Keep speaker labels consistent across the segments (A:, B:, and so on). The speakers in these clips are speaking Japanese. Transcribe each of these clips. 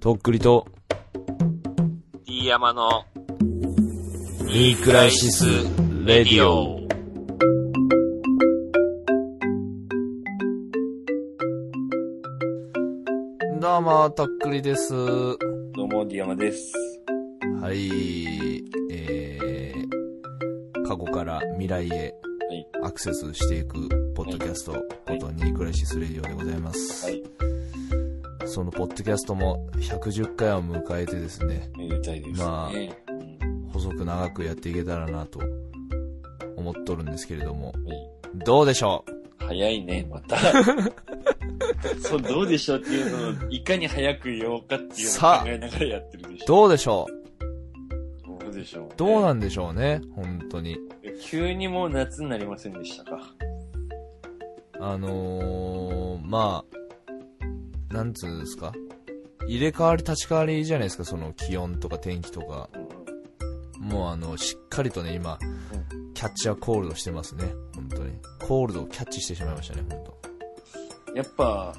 A: とっくりと、
B: D 山の
A: いいクライシス・レディオ。
C: どうも、とっくりです。は
D: どうも、ディアマです。
C: い。えー、過去から未来へ
D: い
C: アクセスしていく、ポッドキャスト、ことにクライシスレディオでございます。
D: はい
C: そのポッドキャストも110回を迎えてですね、
D: めでたいです
C: まあ
D: ね。
C: 細く長くやっていけたらなと思っとるんですけれども、
D: はい
C: どうでしょ
D: 早いね、また。そう、どうでしょうっていうのを、いかに早く言おうかっていうのを
C: さあ
D: 考えながらやってるでし
C: う
D: ょ。
C: どうでしょう
D: どうでしょう、
C: どうなんんでしょうね、本当に。
D: 急にもう夏になりませんでしたか。
C: あのー、まあ、なんつうんですか。入れ替わり立ち替わりじゃないですか、その気温とか天気とか。
D: うん
C: もうあの、しっかりとね、今、キャッチャーコールドしてますね、本当に。コールドをキャッチしてしまいましたね、本当
D: やっぱ、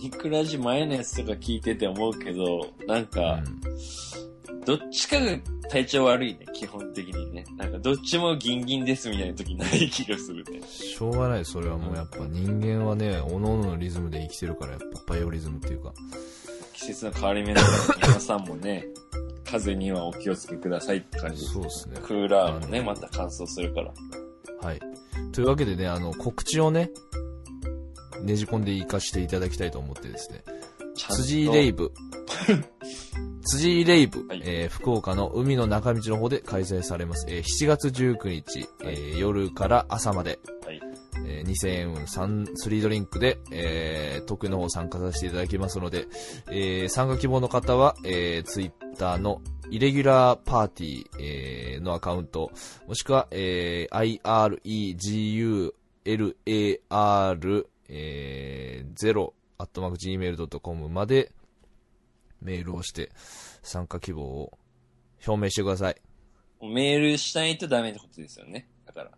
D: ニクラジ前のやつとか聞いてて思うけど、なんか、どっちかが体調悪いね、基本的にね。なんか、どっちもギンギンですみたいな時ない気がするね。
C: しょうがない、それはもうやっぱ人間はね、おののリズムで生きてるから、やっぱバイオリズムっていうか。
D: 季節の変わり目なので、皆さんもね、風邪にはお気をつけくださいって感じです。
C: そうですね。
D: クーラーもね、また乾燥するから。
C: はい。というわけでね、あの、告知をね、ねじ込んで活かしていただきたいと思ってですね。
D: ちゃんと
C: 辻井レイブ。辻井レイブ、
D: はい
C: えー福岡の海の中道の方で開催されます。えー7月19日、
D: は
C: え
D: い
C: ー夜から朝まで、
D: はい
C: えー2000円分3、3ドリンクで、えー、特の方参加させていただきますので、えー参加希望の方は、えー、ツイッターのイレギュラーパーティー、えーのアカウント、もしくは、えー、iregulAR0 えー、アットマーク gmail.com までメールをして参加希望を表明してください。
D: メールしないとダメってことですよね。だから。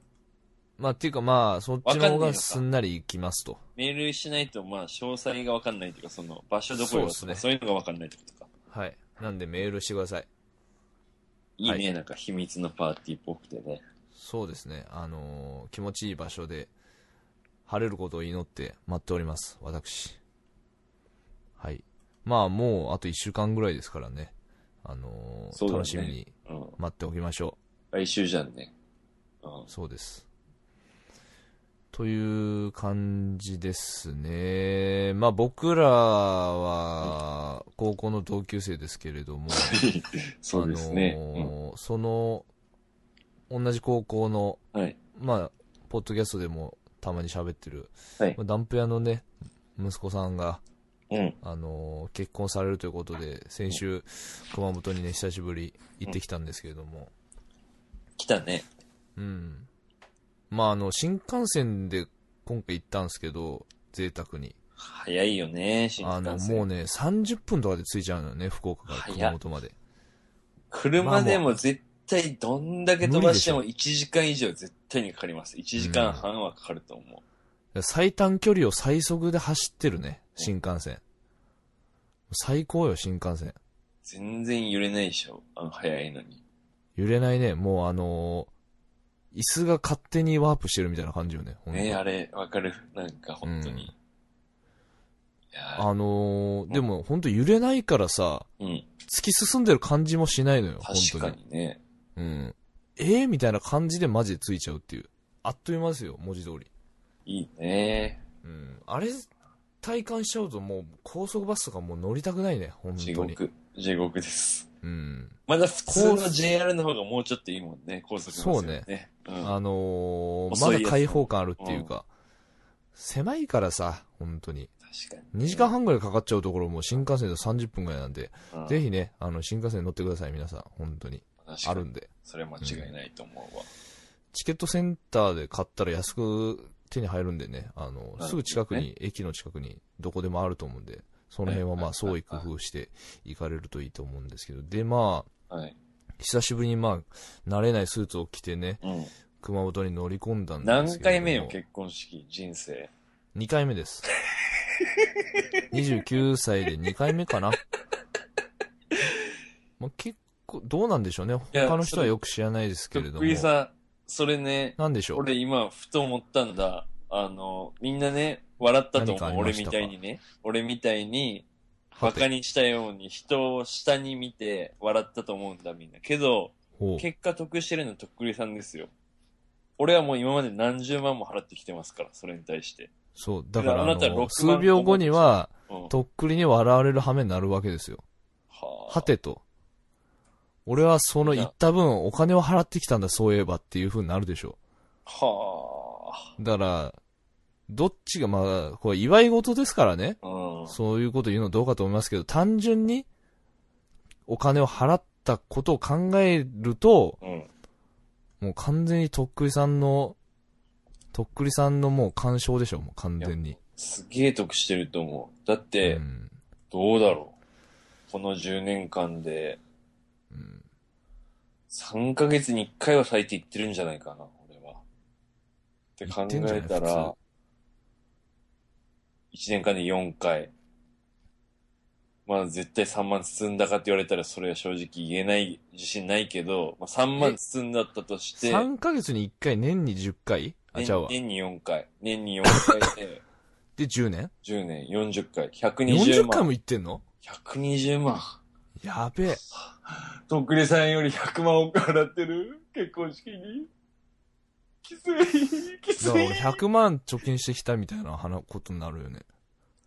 C: まあ、っていうかまあ、そっちの方がすんなりいきますと。
D: メールしないと、まあ、詳細がわかんないというか、その、場所どころと
C: そ
D: か、
C: うですね
D: そういうのがわかんないってことか。
C: はい。なんでメールしてください。
D: いいね、
C: は
D: なんか秘密のパーティーっぽくてね。
C: そうですね。あのー気持ちいい場所で晴れることを祈って待っております。私。はい。まあ、もうあと1週間ぐらいですからね。あのー
D: そうだね
C: 楽しみに
D: うん。
C: 待っておきましょう。
D: 来週じゃんね。うん。
C: そうです。という感じですね。まあ僕らは高校の同級生ですけれども、
D: そうですね
C: あ。のーその、同じ高校の、
D: うん。はい。
C: まあ、ポッドキャストでもたまに喋ってる、
D: はい
C: まあダンプ屋のね、息子さんが、
D: うん。
C: あのー結婚されるということで、先週熊本にね、久しぶり行ってきたんですけれども、
D: 来たね。
C: うん。まあ、あの、新幹線で今回行ったんですけど、贅沢に。
D: 早いよね、新
C: あの、
D: 幹線。
C: もうね、30分とかで着いちゃうのよね、福岡から
D: 早っ
C: 熊本まで。まあ
D: 車
C: もう
D: でも絶対どんだけ飛ばしても1時間以上絶対にかかります。1時間半はかかると思う。
C: 最短距離を最速で走ってるね、新幹線。最高よ、新幹線。
D: 全然揺れないでしょ。あの、早いのに。
C: 揺れないね、もうあのー椅子が勝手にワープしてるみたいな感じよね、ほんと
D: ねえ、あれ、わかる。なんか、本当に。いや
C: あのーでも本当揺れないからさ、
D: ーうん。
C: 突き進んでる感じもしないのよ、本
D: 確
C: 当
D: か
C: に。
D: にね。
C: うん。えー、みたいな感じでマジでついちゃうっていう。あっという間ですよ、文字通り。
D: いいね。
C: うん。あれ、体感しちゃうともう高速バスとかもう乗りたくないね、本
D: 地
C: 当に。
D: 獄。地獄です。
C: うん。
D: まだ普通の JR の方がもうちょっといいもんね。高速の
C: そう
D: ね。うん。
C: あのー、
D: 遅い
C: ま
D: やつ
C: だ開放感あるっていうか、狭いからさ、本当に。
D: 確かに。
C: 2時間半ぐらいかかっちゃうところも新幹線で30分ぐらいなんで、
D: うん
C: ぜひね、あの、新幹線に乗ってください、皆さん。本当に。
D: 確
C: あ
D: か
C: る
D: に。
C: んで。
D: それは間違いないと思うわ。
C: チケットセンターで買ったら安く手に入るんでね、あの、
D: ど
C: すぐ近くに、駅の近くにどこでもあると思うんで、その辺はまあ、
D: はいはい
C: 創
D: は
C: 意
D: い
C: 工夫して行かれるといいと思うんですけど、でまあ、
D: はい。
C: 久しぶりにまあ、慣れないスーツを着てね、
D: うん。
C: 熊本に乗り込んだんです
D: 何
C: けれ
D: 回
C: ども。
D: 目よ、結婚式、人生。
C: 2回目です。29歳で2回目かな。まあ、結構、どうなんでしょうね。
D: いや
C: 他の人はよく知らないですけ
D: と
C: れ
D: っ
C: ど
D: く
C: も。
D: りさん、それね、
C: なんでしょう
D: 俺今、ふと思ったんだ。あの、みんなね、笑ったと
C: 何かあ
D: 思う。
C: りま
D: 俺
C: し
D: み
C: たか
D: たいにね。俺みたいに、バカにしたように人を下に見て笑ったと思うんだ、みんな。けど、
C: ほう
D: 結果得してるのはとっくりさんですよ。俺はもう今まで何十万も払ってきてますから、それに対して。
C: そう。だから、あ
D: あなたは
C: の、
D: 6
C: 数
D: 万
C: 秒後には、
D: うん。
C: とっくりに笑われる羽目になるわけですよ。
D: はあ
C: はてと。俺はその言った分、お金を払ってきたんだ、そういえばっていう風になるでしょ
D: は
C: う。だから、どっちが、まあ、これ祝い事ですからね。
D: あ。うん。
C: そういうこと言うのどうかと思いますけど、単純にお金を払ったことを考えると、
D: うん。
C: もう完全にとっくりさんの、とっくりさんのもう干渉でしょ、もう完全に。
D: すげえ得してると思う。だっ
C: う
D: て、
C: ん
D: どうだろう。この10年間で、
C: うん
D: 3ヶ月に1回は最低行ってるんじゃないかな、俺は。って
C: 行
D: 考
C: ってんじゃな
D: え
C: い
D: たら、1年間で4回。まあ絶対3万包んだかって言われたらそれは正直言えない自信ないけど、まあ、3万包んだったとして、
C: 3ヶ月に1回、年に10回あ、
D: 年
C: ちゃうわ。
D: 年に4回。年に4回で
C: で、10年
D: 10年40回。120
C: ?40 回
D: 万。
C: も行ってんの
D: 120万。
C: やべえ。
D: とっくりさんより100万億払ってる結婚式に。きつい、きつ
C: だから
D: い。
C: 俺100万貯金してきたみたいな話ことになるよね。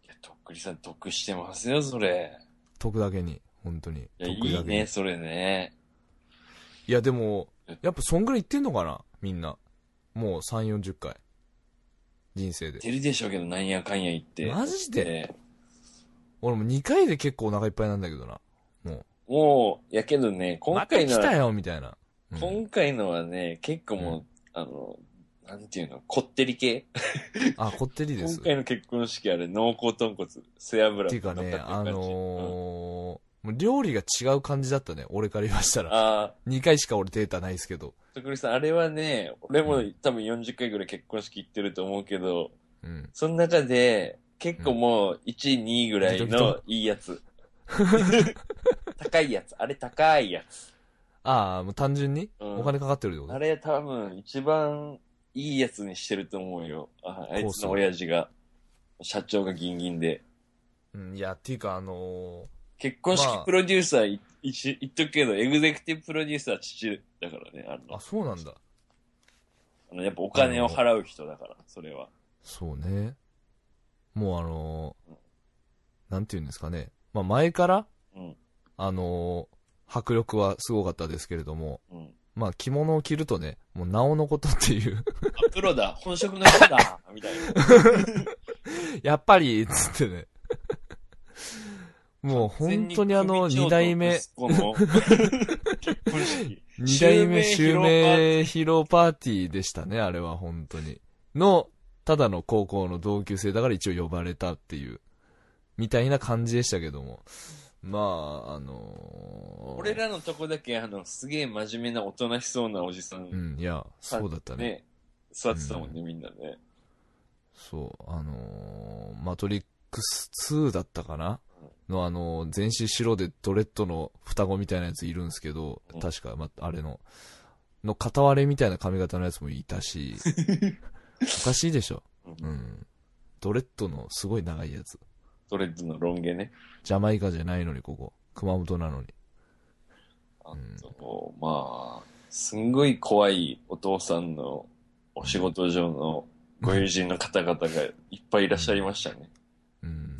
D: いや、とっくりさん得してますよ、それ。
C: 得だけに。本当に。
D: い
C: 得
D: や、
C: だ
D: い
C: け
D: い
C: に
D: ね、それね。
C: いや、でも、やっぱそんぐらい行ってんのかなみんな。もう3、40回。人生で。
D: 出るでしょうけど、なんやかんや言って。
C: マジで
D: で
C: 俺も2回で結構お腹いっぱいなんだけどな。も
D: もう、やけどね、
C: う。
D: 今回の
C: また来た
D: は、
C: よみたいな。うん
D: 今回のはね、結構もう、
C: う
D: あの、なんていうの、こってり系。
C: あ、こってりで
D: 今
C: す。
D: 回の結婚式あれ、濃厚豚骨、背脂
C: っていう
D: が
C: か
D: 乗っ
C: ね、
D: か
C: あ
D: ってる感
C: の
D: じ
C: ー
D: うん
C: もう料理が違う感じだったね。俺から言わしたら。
D: あ
C: 2回しか俺データないですけど。
D: ー、とくりさん、あれはね、俺
C: う
D: も
C: ん
D: 多分40回ぐらい結婚式行ってると思うけど、
C: うん。
D: その中で、結構もう、1位、2位ぐらいのいいや つ。高いやつ。あれ高いやつ。
C: ああ、もう単純に
D: うん
C: お金かかってるってこと、
D: あれ多分、一番いいやつにしてると思うよ。ああいつの親父が、社長がギンギンで。
C: うん、いや、っていうかあの
D: 結婚
C: まあ
D: 式プロデューサーい、一言っとくけど、エグゼクティブプロデューサーは父だからね。あ
C: ー、
D: の
C: あ、、そうなんだ。
D: あのやっぱお金を払う人だから、それは。
C: そうね。もうあのーなんていうんですかね。まあ前から、
D: うん。
C: あのー迫力はすごかったですけれども、
D: うん。
C: まあ着物を着るとね、もうなおのことっていう、
D: あ、プロだ本職の人だみたいな。
C: やっぱり、つってね。もう 本当にあの、二代目、
D: 結婚 式。
C: 二代目襲
D: 襲名
C: 名披露パーティーでしたね、あれは本当に。の、ただの高校の同級生だから一応呼ばれたっていう、みたいな感じでしたけども。まあ、あのー
D: 俺、らのとこだけ、あの、すげえ真面目な大人しそうなおじさ
C: う
D: ん、
C: ん、いや、そうだったね。
D: ね、座ってたもんね、みんなね。
C: そう、あのーマトリックス2だったかなのあのー全身白でドレッドの双子みたいなやついるんですけど
D: うん、
C: 確か、ま、あれの、の片割れみたいな髪型のやつもいた し、おかしいでしょ。
D: う
C: うんん。ドレッドのすごい長いやつ。
D: ドレッドのロン毛ね。
C: ジャマイカじゃないのに、ここ。熊本なのに。
D: あ
C: うん
D: と、まあ、すんごい怖いお父さんのお仕事上のご友人の方々がいっぱいいらっしゃいましたね。
C: うん。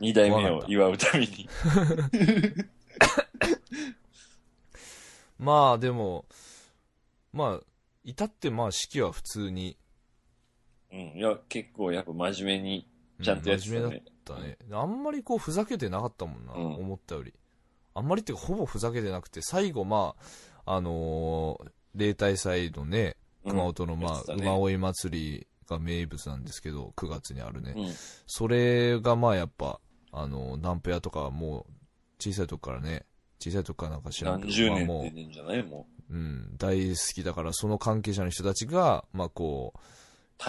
D: 二代目を祝うために。
C: まあ、でも、まあ、至ってまあ、式は普通に、
D: うん、いや、結構やっぱ真面目にちゃんとやって
C: う
D: た
C: ん真面目だ
D: ね。
C: だね。あんまりこう、ふざけてなかったもんな、
D: うん
C: 思ったより。あんまりっていうか、ほぼふざけてなくて、最後、まあ、あのー例大祭のね、
D: うん
C: 熊本の、
D: や
C: ま
D: って
C: あ、
D: たね
C: 馬追い祭りが名物なんですけど、9月にあるね。
D: うん
C: それが、まあ、やっぱ、あのーナンペアとかはもう、小さい時からね、小さい時からなんか知らんけ
D: 何
C: ど、
D: 十
C: まあ
D: 年
C: も
D: 出
C: う、
D: てんじゃないも
C: う
D: う。
C: ん、大好きだから、その関係者の人たちが、まあ、こう、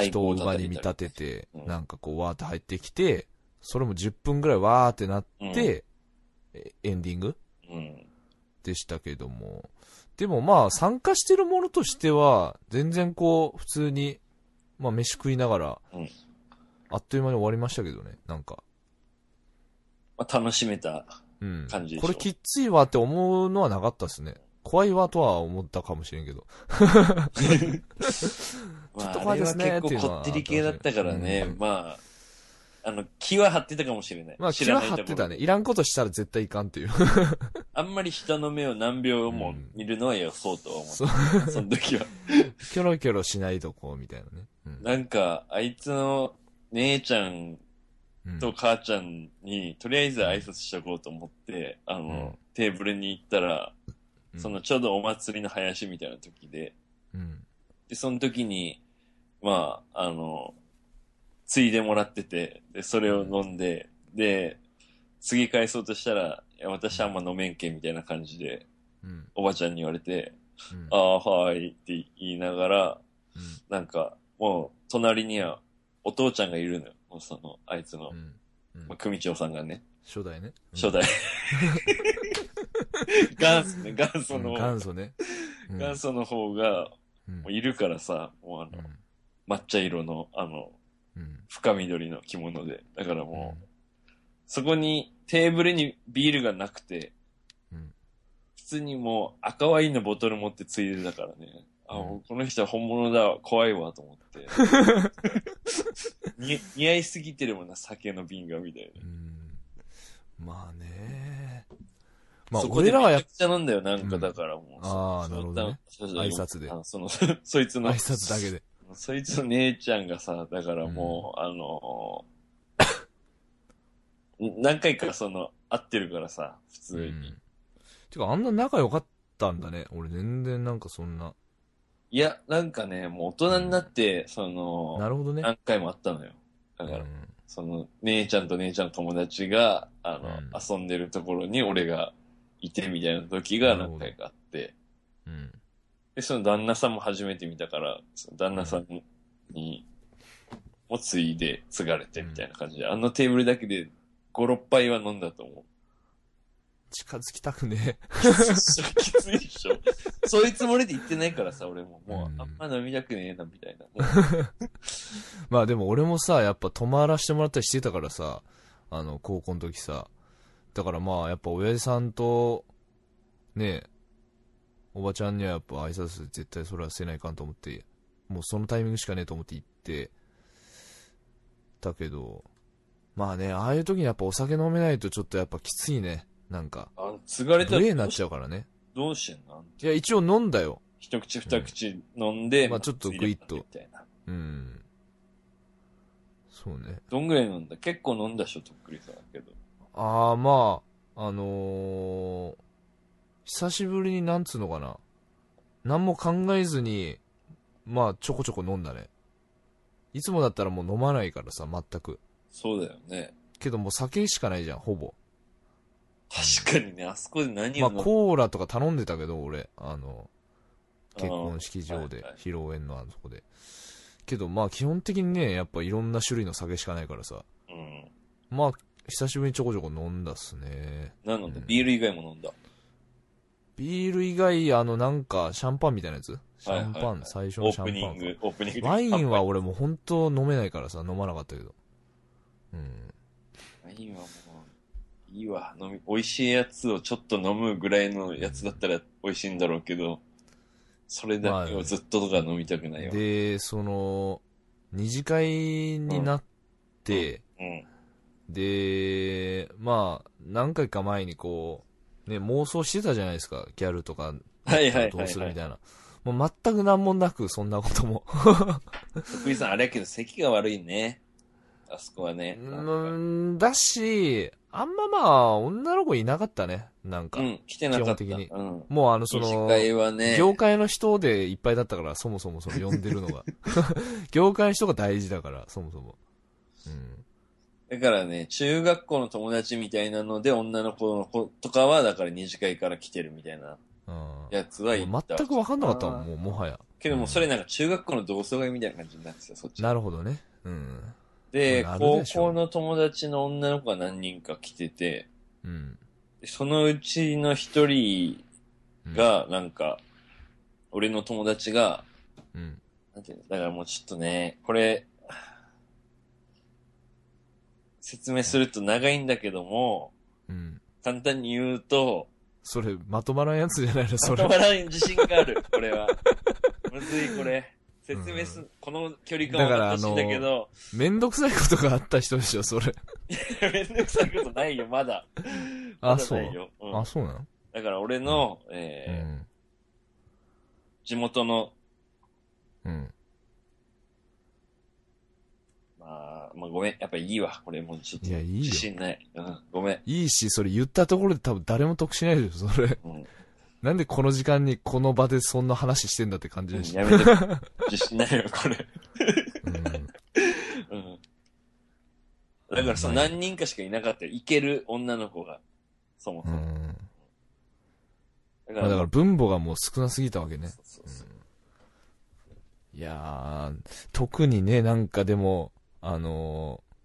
C: 人を馬に見立てて、
D: うん
C: なんかこう、わーって入ってきて、それも10分ぐらいわーってなって、えエンディング
D: うん。
C: でしたけども。でもまあ、参加してるものとしては、全然こう、普通に、まあ、飯食いながら、
D: うん
C: あっという間に終わりましたけどね、なんか。
D: まあ、楽しめた。
C: うん
D: 感じでし
C: こ
D: ょ
C: れきっついわって思うのはなかったですね。怖いわとは思ったかもしれんけど。ち
D: ま
C: ょっと
D: あ、
C: 怖
D: あ
C: い
D: れ
C: で
D: は
C: すね
D: 結構こってり系だったからね。
C: うん
D: まあ、あの、気は張ってたかもしれない。
C: まあ、気
D: 知ら
C: は
D: ない
C: 張
D: と
C: っ
D: ころ
C: てたね。。いらんことしたら絶対いかんっていう。
D: あんまり人の目を何秒も見るのはよそうとは思
C: そう。
D: う。その時は。
C: キョロキョロしないとこう、みたいなね。うん
D: なんか、あいつの姉ちゃん
C: うん
D: と母ちゃんに、とりあえず挨拶しとこうと思って、あの、
C: うん
D: テーブルに行ったら、
C: うん
D: そのちょうどお祭りの林みたいな時で、
C: うん。
D: で、その時に、まあ、あの、ついでもらってて、で、それを飲んで、で、次返そうとしたら、いや、私あんま飲めんけ、みたいな感じで、
C: うん。
D: おばちゃんに言われて、
C: うん
D: ああ、はーいって言いながら、
C: う
D: なんか、もう、隣には、お父ちゃんがいるのよ。もうその、あいつ
C: ん
D: の
C: う、ん。うん
D: まあ、組長さんがね、
C: 初代ね。うん
D: 初代。 元祖ね、元祖
C: うん
D: の、
C: 元祖ね。うん
D: 元祖の方が、
C: うん
D: もういるからさ、もうあの、抹茶色の、あの、
C: うんうん
D: 深緑の着物で。だからもう、そこに、テーブルにビールがなくて、
C: うん
D: 普通にもう赤ワインのボトル持ってついでたからね。あ、もうこの人は本物だわ、怖いわ、と思 って。に似合いすぎてるもんな、酒の瓶が、みたいな。
C: うんまあね。まあ、
D: そこ
C: 俺
D: で
C: らは
D: め
C: や
D: ち
C: っ
D: ゃくちゃなんだよ、なん
C: う
D: か
C: ん
D: だからもう。
C: あー
D: そ
C: なるほどね。
D: そそうそう
C: 挨拶で
D: あのその、そいつの
C: 挨、拶だけで。
D: そいつの姉ちゃんがさ、だからもう、あのー 何回かその、会ってるからさ、普通に。
C: うんてか、あんな仲良かったんだね。俺全然なんかそんな。
D: いや、なんかね、もう大人になって、その、
C: なるほどね。
D: 何回も会ったのよ。だから、
C: うん
D: その、姉ちゃんと姉ちゃんの友達が、あの、
C: うん
D: 遊んでるところに俺がいてみたいな時が
C: なるほど
D: 何回かあって、
C: うん。
D: で、その旦那さんも初めて見たから、その旦那さんに、も継いで、継がれてみたいな感じで、あのテーブルだけで5、6杯は飲んだ と思う。
C: 近づきたくね
D: きついっしょ、きついっしょ。そういうつもりで言ってないからさ、俺も。も
C: うん
D: う、あんま飲みたくねえな、みたいな。も
C: え。まあでも俺もさ、やっぱ泊まらせてもらったりしてたからさ、あの、高校の時さ。だからまあ、やっぱ親父さんと、ねえ、おばちゃんにはやっぱ挨拶絶対それはせないかんと思って、もうそのタイミングしかねえと思って行って、だけど、まあね、ああいう時にやっぱお酒飲めないとちょっとやっぱきついね。なんか、
D: う、あの継がれた
C: 無
D: ら
C: 礼
D: ど
C: になっ
D: う
C: ち
D: し
C: ゃうからね。
D: どうしてんの
C: いや、一応飲んだよ。
D: 一口二口飲んで、
C: まあちょっとグイッと
D: みたいな。
C: うん。そうね。
D: どんぐらい飲んだ結構飲んだっしょ、とっくりさんだけど。
C: ああ、まあ、あのー久しぶりになんつうのかな。何も考えずに、まあ、ちょこちょこ飲んだね。いつもだったらもう飲まないからさ、全く。
D: そうだよね。
C: けどもう酒しかないじゃん、ほぼ。
D: 確かにね、あそこで何
C: ま
D: を
C: あ、
D: 飲んだ、
C: コーラとか頼んでたけど、俺。あの、結
D: あ
C: 婚
D: ー
C: 式場で
D: はいはい、
C: 披露宴のあそこで。けど、まあ、基本的にね、やっぱいろんな種類の酒しかないからさ。
D: うん。
C: まあ、久しぶりにちょこちょこ飲んだっすね。
D: なので、ビール以外も飲んだ。
C: ビール以外、あの、なんか、シャンパンみたいなやつシ
D: はいは
C: ャ
D: い
C: ンパン、
D: はい
C: 最初
D: オ
C: のシャ
D: ープ
C: ン
D: ニ
C: パ
D: ン
C: ン
D: グ、オープニング
C: か。ワインは、俺もう本当飲めないからさ、飲まなかったけど。うん。
D: ワインはもう、いいわ。飲み、美味しいやつをちょっと飲むぐらいのやつだったら美味しいんだろうけど、それだけをずっととか飲みたくないよ。
C: で、その、二次会になって、
D: うん。
C: で、まあ、何回か前にこう、ね、妄想してたじゃないですか。ギャルとか、
D: はいはいはいはい
C: どうするみたいな。もう全く何もなく、そんなこと も。
D: 徳井さん、あれやけど咳が悪いね。あそこはね。
C: う
D: なんか
C: ーん、だし、あんままあ、女の子いなかったね。なんか。
D: うん、来てなかった。
C: 基本的に
D: うん。
C: もうあの、そ
D: その、
C: の、
D: 会はね、
C: 業界の人でいっぱいだったから、そもそもその呼んでるの が。業界の人が大事だから、そもそも。うん。
D: だからね、中学校の友達みたいなので、女の子の子とかは、だから二次会から来てるみたいな
C: あ
D: やつは行った。
C: 全く分かんなかったもん、もう、もはや。
D: けども、それなんか中学校の同窓会みたいな感じになってた、そっち。
C: なるほどね。うん。
D: で
C: な、る
D: 高
C: でしょ
D: 校の友達の女の子が何人か来てて、
C: うん。
D: でそのうちの一人が、なんか、俺の友達が、
C: うん。
D: なんていうのだからもうちょっとね、これ、説明すると長いんだけども、
C: うん。
D: 簡単に言うと、
C: それ、まとまらんやつじゃないの、そ
D: ま
C: れ
D: と。まらん自信が ある、これは。むずい、これ。説明す、この距離感
C: だから
D: は私んだけど、
C: めんどくさいことがあった人でしょ、それ。
D: めんどくさいことないよ、まだ。
C: あ
D: まだ
C: そう
D: ないようん
C: あ、そうなの
D: だから俺の、
C: う
D: えー
C: ん。
D: 地元の、
C: うん。
D: まあ、まあごめん、やっぱいいわ、これもうちょっと。
C: いやいいよ
D: 自信ない。うん、ごめん。
C: いいし、それ言ったところで多分誰も得しないでしょ、それ。
D: うん、
C: なんでこの時間にこの場でそんな話してんだって感じでしょ。
D: やめ て。自信ないよ、これ。
C: うん。
D: うん。だからそ
C: うん
D: の何人かしかいなかったよ。いける女の子が、そも
C: う
D: そも。
C: ん。
D: だ
C: まあだから分母がもう少なすぎたわけね。
D: そうそうそう
C: いやー、特にね、なんかでも、あのー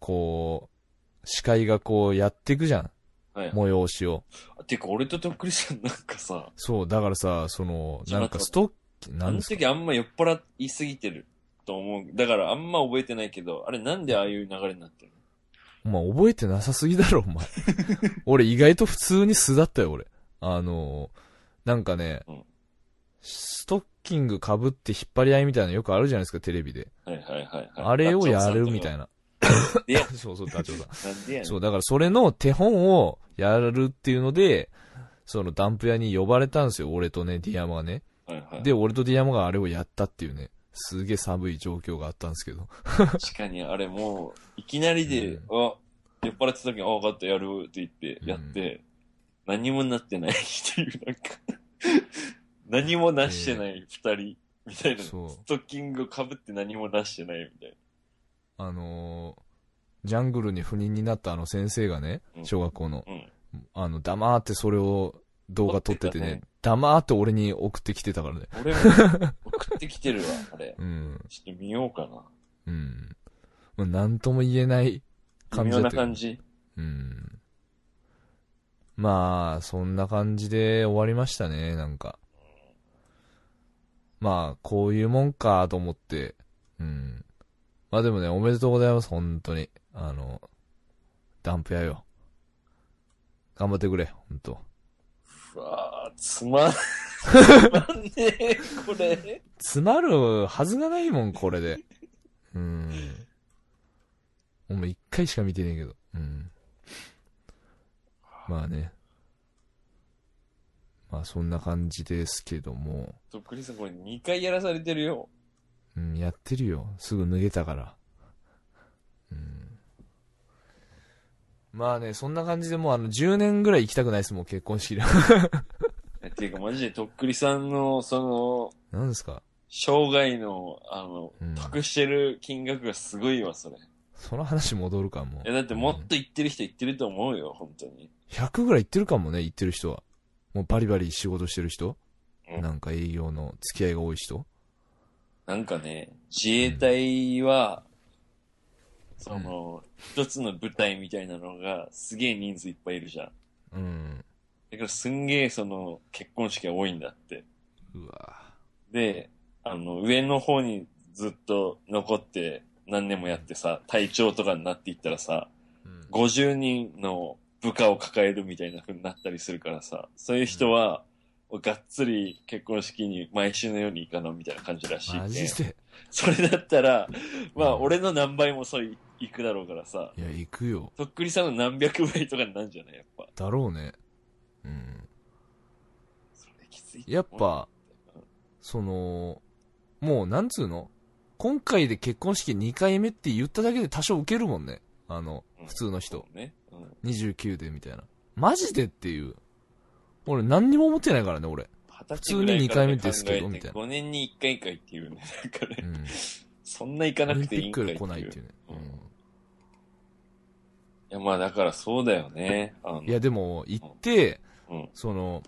C: こう、司会がこうやっていくじゃん。
D: はい。
C: 催しを。
D: てか、俺ととっくりさんなん かさ、
C: そう、だからさ、その、
D: ちょ
C: なんかストッキ、
D: あ
C: なん
D: の
C: ですか
D: 時あんま酔っ払いすぎてると思う。だからあんま覚えてないけど、あれなんでああいう流れになってる
C: お前覚えてなさすぎだろ、お 前。俺意外と普通に素だったよ、俺。あのーなんかね、
D: うん
C: ストッキング被って引っ張り合いみたいなのよくあるじゃないですか、テレビで。
D: のはいはいはい、はい。
C: あれをやるみたい
D: な。
C: な。
D: いや
C: そうそう、ダチョウさん。
D: なんでやねん。
C: そう、だからそれの手本をやるっていうので、そのダンプ屋に呼ばれたんですよ、俺とね、ディアマがね。
D: はいはい、
C: で、俺とディアマがあれをやったっていうね、すげえ寒い状況があったんですけど。
D: 確かにあれもう、いきなりで、
C: うん
D: あ、酔っ払ってた時に、あ、分かった、やるって言って、やって、何もなってないっていう、なんか、 何もなしてない二人みたいな。
C: そう
D: ストッキングを被って何もなしてないみたい
C: あのージャングルに不妊になったあの先生がね、
D: うん
C: 小学校の、
D: な。うん。
C: あの、黙ってそれを動画撮っててね、
D: 撮って
C: 黙って俺に送ってきてたからね。
D: 俺も 送ってきてるわ、あれ。
C: うん、
D: ちょっと見ようかな。
C: うん。まあ、なんとも言えない
D: 微
C: 感じ
D: 妙
C: だ
D: な
C: ったよ
D: 感じ。
C: うん。まあ、そんな感じで終わりましたね、なんか。まあ、こういうもんかと思って、うん。まあでもね、おめでとうございます、本当に。あの、ダンプ屋よ。頑張ってくれ、本当
D: うわあ、つまん、つまんねえ、これ。
C: 詰まるはずがないもん、これで。うん。お前一回しか見てねえけど。うん。まあね。まあそんな感じですけども。
D: とっくりさん、これ2回やらされてるよ。
C: うん、やってるよ。すぐ脱げたから。うん。まあね、そんな感じでもうあの10年ぐらい行きたくないです、もう結婚式で。
D: えていうか、マジでとっくりさんの、その、
C: 何ですか
D: 生涯の、あの、
C: うん
D: 得してる金額がすごいわ、それ。
C: その話戻るかも。
D: え、だってもっ
C: うん
D: と言ってる人言ってると思うよ、本当に。
C: 100ぐらい行ってるかもね、行ってる人は。もうバリバリ仕事してる人、
D: うん
C: なんか営業の付き合いが多い人
D: なんかね、自衛隊は、その、一つの部隊みたいなのが、すげえ人数いっぱいいるじゃん。
C: うん。
D: だからすんげえ、その、結婚式が多いんだって。
C: うわ
D: で、あの、上の方にずっと残って何年もやってさ、隊長とかになっていったらさ、
C: うん。
D: 50人の部下を抱えるみたいな風になったりするからさ、そういう人は、がっつり結婚式に毎週のように行かなみたいな感じらしい、
C: マジで。
D: それだったら、まあ
C: うん
D: 俺の何倍もそうい行くだろうからさ、
C: いや、行くよ。
D: とっくりさんの何百倍とかになるんじゃないやっぱ。
C: だろうね。うん。
D: それきついと思う
C: やっ、ぱ、その、もう、なんつうの今回で結婚式2回目って言っただけで多少受けるもんね。あの、
D: うん
C: 普通の人
D: そ。うね。うん。
C: 29でみたいな。マジでっていう。俺何にも思ってないからね、俺。
D: 普
C: 通に二回目ですけどみたいな
D: 5年に1回かいっていう ね。なんかね
C: う。ん。
D: そんな行か
C: オ
D: な
C: リン
D: く
C: ピ
D: ていい
C: ッ
D: んか
C: ク
D: い
C: より
D: っていう。
C: 来ないっていうね。う
D: うん
C: ん
D: いや、まあだからそうだよね。あの
C: いや、でも、行って、
D: うん
C: その、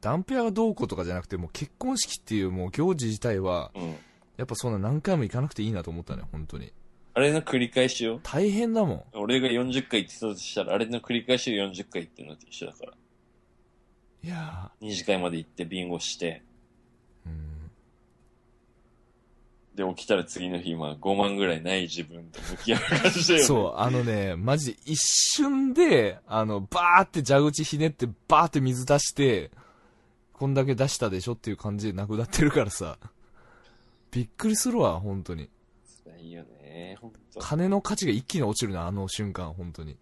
C: ダンペアがどうこうとかじゃなくて、もう結婚式っていうもう行事自体は、
D: うん。
C: やっぱそんな何回も行かなくていいなと思ったね、本当に。
D: あれの繰り返しよ。
C: 大変だもん。
D: 俺が40回言ってたとしたら、あれの繰り返しを40回言ってるのと一緒だから。
C: いや
D: 二次会まで行ってビンゴして、
C: ーうん。
D: で、起きたら次の日、まあ、5万ぐらいない自分と向き合う感じだよね。
C: そう、あのね、マジ一瞬で、あの、バーって蛇口ひねって、バーって水出して、こんだけ出したでしょっていう感じでなくなってるからさ。びっくりするわ、本当に。
D: 辛いよね、ほんと。
C: 金の価値が一気に落ちるな、あの瞬間、本当に。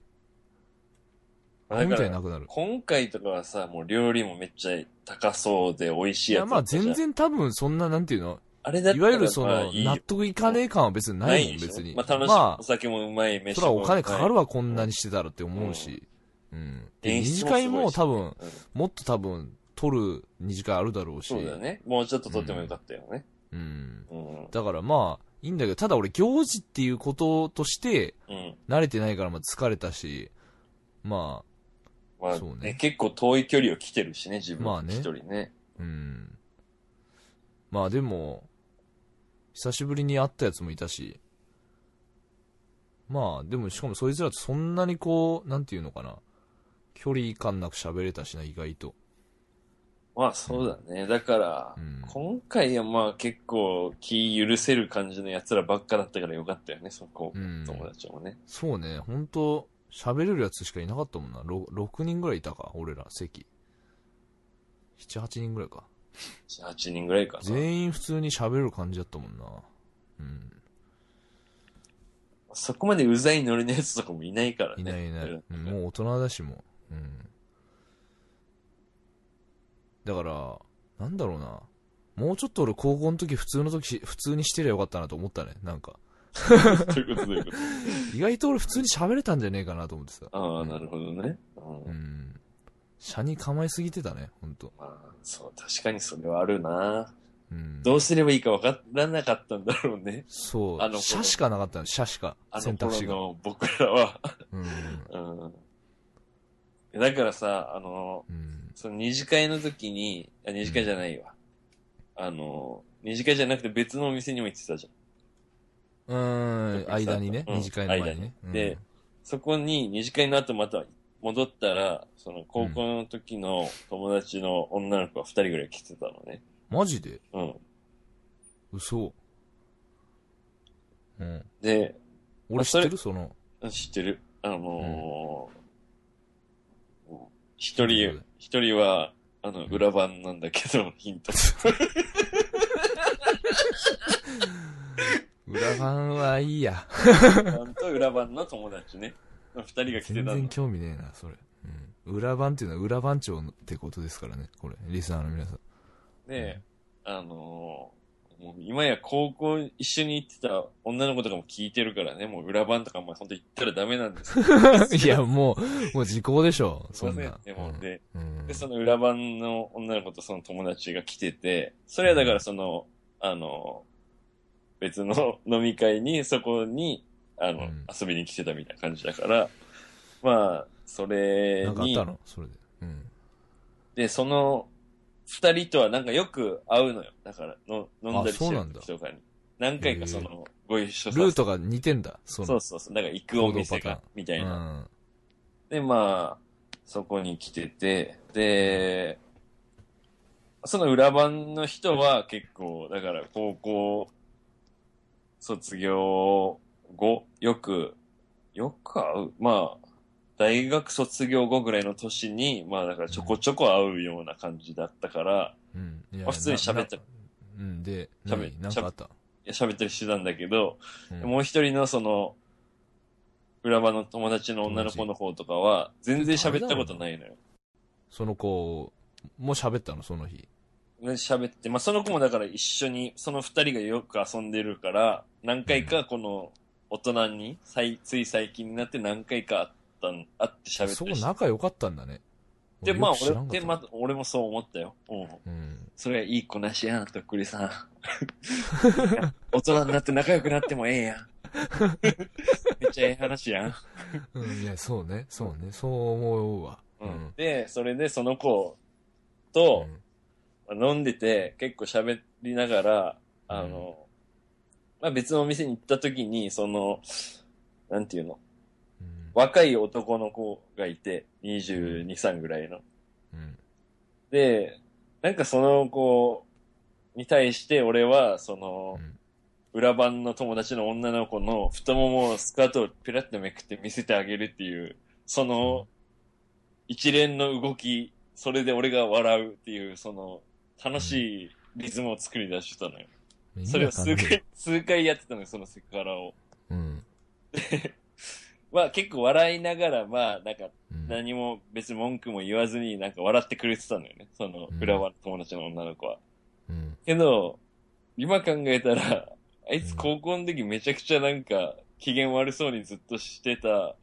C: あれみたいになくなる。
D: 今回とかはさ、もう料理もめっちゃ高そうで美味し
C: い
D: いや
C: や、
D: つ
C: ま
D: だ
C: あ
D: ったじゃん。
C: 全然多分そんな、なんていうの
D: あれだった
C: いわ
D: らまあ
C: ゆるその、
D: いい
C: 納得いかねえ感は別にないもん、
D: でしょ
C: 別に。
D: まあ楽しい、お酒もうまい、飯
C: そら
D: もう
C: お
D: まい。
C: 金かかるわ、こんなにしてたらって思うし。うん。で
D: 演
C: 二
D: 出
C: 次
D: もすごいし
C: 会も多分、
D: うん
C: もっと多分、取る二次会あるだろうし。
D: そうだよね。もうちょっと撮ってもよかったよね。
C: うん。
D: うん。
C: だからまあ、いいんだけど、ただ俺、行事っていうこととして、
D: うん。
C: 慣れてないからまあ疲れたし、ま
D: まあ、
C: そうね
D: ね、結構遠い距離を来てるしね、自
C: まあ
D: 分
C: ね
D: 一人ね。
C: あ、うん。まあでも、久しぶりに会ったやつもいたし、まあでも、しかもそいつらとそんなにこう、なんていうのかな、距離感なく喋れたしな、意外と。
D: まあそうだね。だから、
C: うん
D: 今回はまあ結構気許せる感じの奴らばっかだったからよかったよね、そこ。
C: うん。
D: 友達もね。
C: そうね、本当喋れるやつしかいなかったもんな。ろ6人ぐらいいたか、俺ら、席。7、8人ぐらいか。
D: 8人ぐらいかな。
C: 全員普通に喋る感じだったもんな。うん。
D: そこまでうざいノリのやつとかもいないから ね。
C: いないいな
D: うん
C: い。うんもう大人だしもう。うん。だから、なんだろうな。もうちょっと俺高校の時普通の時し、普通にしてりゃよかったなと思ったね。なんか。
D: ということということ。
C: 意外と俺普通に喋れたんじゃねえかなと思ってさ。
D: ああ、なるほどね。う。
C: うんん。車に構えすぎてたね、ほんと。
D: まあ、そう、確かにそれはあるな。
C: うん。
D: どうすればいいか分からなかったんだろうね。
C: そ
D: あの
C: う。車しかなかったの、車しか。
D: あの
C: 選択
D: 頃
C: 肢が。
D: の僕らは。
C: うん。
D: うん。だからさ、あの、
C: うん。
D: その二次会の時に、あ二次会じゃないわ。あの、二次会じゃなくて別のお店にも行ってたじゃん。
C: うーん、間にね、
D: うん
C: 二次会の前にね。
D: 間にでそこに二次会の後また戻ったら、その高校の時の友達の女の子が二人ぐらい来てたのね。
C: うん、マジで
D: うん。
C: 嘘。うん。
D: で、
C: 俺
D: あ
C: 知
D: そ
C: っ
D: れ
C: てるその。
D: 知ってるあのー一人、一人は、あの、裏番なんだけど、ヒント。
C: 裏番はいいや。
D: なんと裏番の友達ね。二人が来てた
C: 全
D: の
C: 然。興味ねえな、それ。うん。裏番っていうのは裏番長ってことですからね、これ。リスナーの 皆さん。
D: で、あのーもう今や高校一緒に行ってた女の子とかも聞いてるからね、もう裏番とかも本当行ったらダメなんですよ
C: いや、もう、もう時効でしょ、
D: すい
C: そ
D: ま
C: ん
D: せん
C: な。
D: でも、
C: うん
D: で、
C: うん
D: で、その裏番の女の子とその友達が来てて、それはだからその、あの、別の飲み会に、そこに、あの、
C: うん
D: 遊びに来てたみたいな感じだから、まあ、それ
C: なんかあっ
D: に
C: た、のそれで。うん。
D: で、その、二人とはなんかよく会うのよ。だから、の飲んだりして
C: あそう
D: る
C: なんだ
D: 時とかに。何回かそ
C: へ
D: の、ご一緒させ
C: ルートが似てんだ、そ
D: そ
C: の
D: う。そうそう。なんか行くお店
C: 行動パ
D: が
C: ターン、
D: みた
C: う
D: いな。
C: ん。
D: で、まあ、そこに来てて、で、その裏番の人は結構、だから高校卒業後、よく、よく会う。まあ、大学卒業後ぐらいの年に、まあだからちょこちょこ会うような感じだったから、
C: うん。い
D: まあ普通に喋って
C: ななうん、で、
D: 喋
C: 何なんかあった。
D: いや喋ったりしてたんだけど、
C: うん
D: もう一人のその、裏場の友達の女の子の方とかは、全然喋ったことないのよ。
C: その子も喋ったの、その日。
D: ね喋って、まあ、その子もだから一緒に、その二人がよく遊んでるから、何回かこの大人に、さいつい最近になって何回か会ったん、会って喋っ
C: そ
D: た
C: こ
D: りして。
C: 仲良かったんだね。
D: で、まあ
C: よく知らんかっ
D: 俺、
C: た
D: で、まあ、俺もそう思ったよ。うん。
C: うん。
D: それはいい子なしやん、とっくりさん。大人になって仲良くなってもえ えやん。めっちゃええ話やん。
C: うん、いや、そうね、そうね、そう思うわ。
D: うん。で、それでその子と、飲んでて、結構喋りながら、あの、まあ、別のお店に行った時に、その、なんていうの、
C: うん。
D: 若い男の子がいて、22、3ぐらいの。
C: うん。
D: で、なんかその子に対して俺は、その、
C: うん
D: 裏番の友達の女の子の太ももをスカートをピラッとめくって見せてあげるっていう、その、一連の動き、それで俺が笑うっていう、その、楽しいリズムを作り出してたのよ。それを数回、 数回やってたのよ、そのセクハラを。
C: うん。
D: は、結構笑いながら、まあ、なんか、
C: うん。
D: 何も別に文句も言わずに、なんか笑ってくれてたのよね。その、裏輪の友達の女の子は。
C: うん。
D: けど、今考えたら、 あいつ高校の時めちゃくちゃなんか、機嫌悪そうにずっとしてた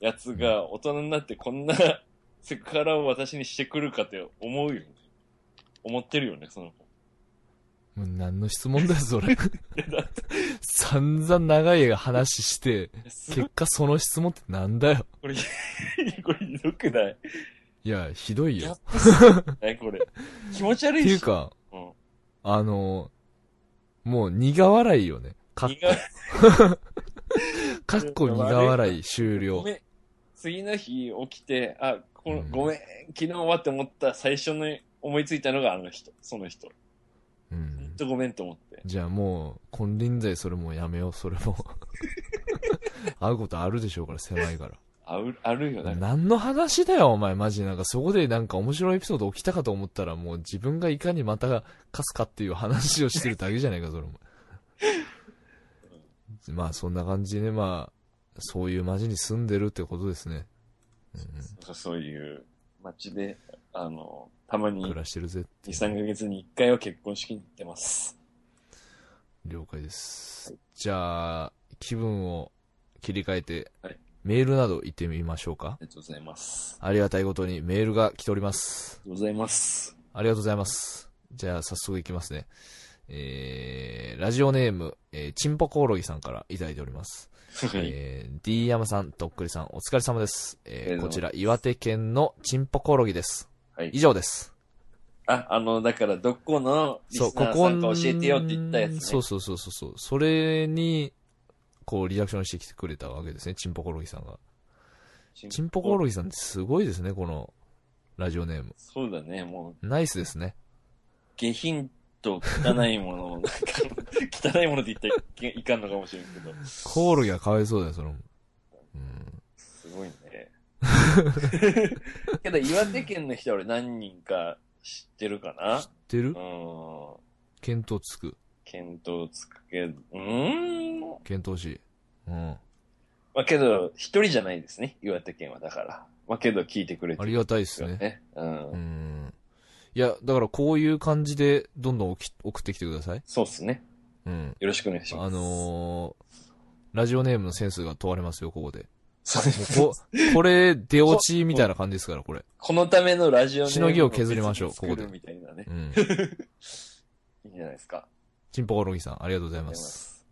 D: やつが、大人になってこんな セクハラを私にしてくるかって思うよね。思ってるよね、その子。
C: もう何の質問だよ、それ。 散々長い話して、
D: すごい
C: 結果その質問ってなんだよ。
D: これ、 これひどくない
C: いや、ひどい
D: ギャ
C: よ。
D: ップすごくな いこれ。気持ち悪
C: っ
D: い
C: て
D: し。
C: いうか、
D: うん、
C: あの、もう苦笑いよね。かっ
D: 苦い
C: かっこ苦笑い終
D: ご
C: 了。
D: めん。次の日起きて、あ、この
C: うん
D: ごめん、昨日はって思った最初の思いついたのがあの人、その人。
C: う
D: ほ
C: ん
D: んとごめんと思って。
C: じゃあもう、金輪際それもうやめよう、それ も。会うことあるでしょうから、狭いから。
D: ある、あるよな。
C: 何の話だよ、お前、マジなんか、そこでなんか面白いエピソード起きたかと思ったら、もう自分がいかにまた勝つかっていう話をしてるだけじゃないか、それ も。まあ、そんな感じでね、まあ、そういう街に住んでるってことですね。うん
D: そうそういう街で、あの、たまに
C: うん、
D: 2
C: 暮、らしてるぜっていう。
D: 3ヶ月に1回は結婚式に行ってます。
C: 了解です。じゃあ、気分を切り替えて
D: はい、
C: メールなど行ってみましょうか
D: あ。りがとうございます。あ
C: ありがたいことにメールが来ております。
D: りがとうございます。
C: ありがとうございます。じゃあ、早速いきますね。えー、ラジオネーム、えー、チンポコオロギさんからいただいております。
D: はい。
C: えー、D 山さん、とっくりさん、お疲れ様です。
D: あ
C: え
D: り
C: ー、
D: がと
C: こ
D: うご
C: ち
D: ざい
C: ら、岩手県のチンポコオロギです。
D: はい
C: 以上です。
D: あ、あの、だから、どこのリス
C: そう、こ
D: ナー
C: こ
D: さんか教えてよって言ったやつね。
C: そうそうそうそうそう。それに、こう、リアクションしてきてくれたわけですね、チンポコオロギさんが。チンポコオロギさんってすごいですね、この、ラジオネーム。
D: そうだね、もう、
C: ナイスですね。
D: 下品と汚いものを、なんか、汚いものって言ったらいかんのかもしれんけど、
C: コオロギはかわいそうだよ、その。うん。
D: すご いね。けど、岩手県の人は俺何人か知ってるかな
C: 知ってる
D: うーん。
C: 検討つく。
D: 見当つくけど、うーん。
C: 検討し。うん。
D: まあけど、一人じゃないですね、岩手県はだから。まあけど、聞いてくれて
C: あ
D: る
C: り
D: ん
C: がたいで
D: です
C: す
D: よ
C: ね。
D: ね。うん。
C: うん。いや、だからこういう感じで、どんどんおき送ってきてください。
D: そうっすね。
C: うん。
D: よろしくお願いします。
C: あのー、ラジオネームのセンスが問われますよ、ここで。
D: そうで
C: も
D: す
C: うこ、こ れ、出落ちみたいな感じですから、これ。
D: このためのラジオネーム
C: しのぎを削りましょう
D: 別に作
C: こ
D: る
C: こで
D: みたいなね
C: う。ん。
D: いいんじゃないですか。
C: チンポコオロギさん、ありがとうご
D: あ
C: ざいます。。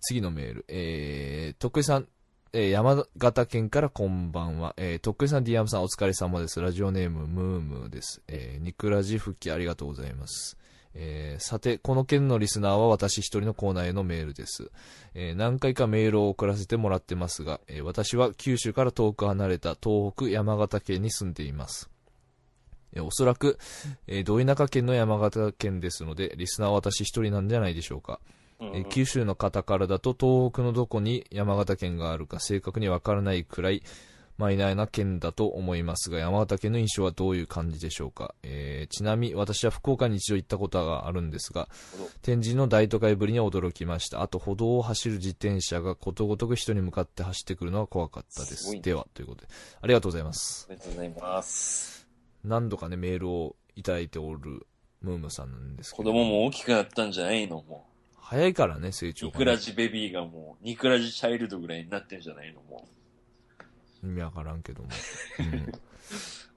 C: 次のメール、えー、とっくりさん、えー、山形県からこんばんは。えー、とっくりさん、ディアムさん、お疲れ様です。ラジオネーム、ムームーです。えー、ニクラジ復帰ありがとうございます。えー、さて、この件のリスナーは私一人のコーナーへのメールです。えー、何回かメールを送らせてもらってますが、えー、私は九州から遠く離れた東北山形県に住んでいます。えーおそらく、えー、ど田舎県の山形県ですので、リスナーは私一人なんじゃないでしょうか。
D: うん
C: えー九州の方からだと東北のどこに山形県があるか正確にわからないくらいマイナーな県だと思いますが山形県の印象はどういう感じでしょうか、えーちなみに私は福岡に一度行ったことがあるんですが
D: ほど
C: 天神の大都会ぶりには驚きましたあと歩道を走る自転車がことごとく人に向かって走ってくるのは怖かったです
D: すごいね
C: ではということでありがとうございます
D: ありがとうございます。
C: 何度かねメールをいただいておるムームさんなんですけ
D: 子
C: ど
D: 供も大きくなったんじゃないのも
C: 早いからね成
D: う。
C: 長
D: ニ
C: が
D: ク
C: ね、
D: ラジベビーがもう、ニクラジチャイルドぐらいになってんじゃないのも
C: 意味わからんけども、うん
D: う。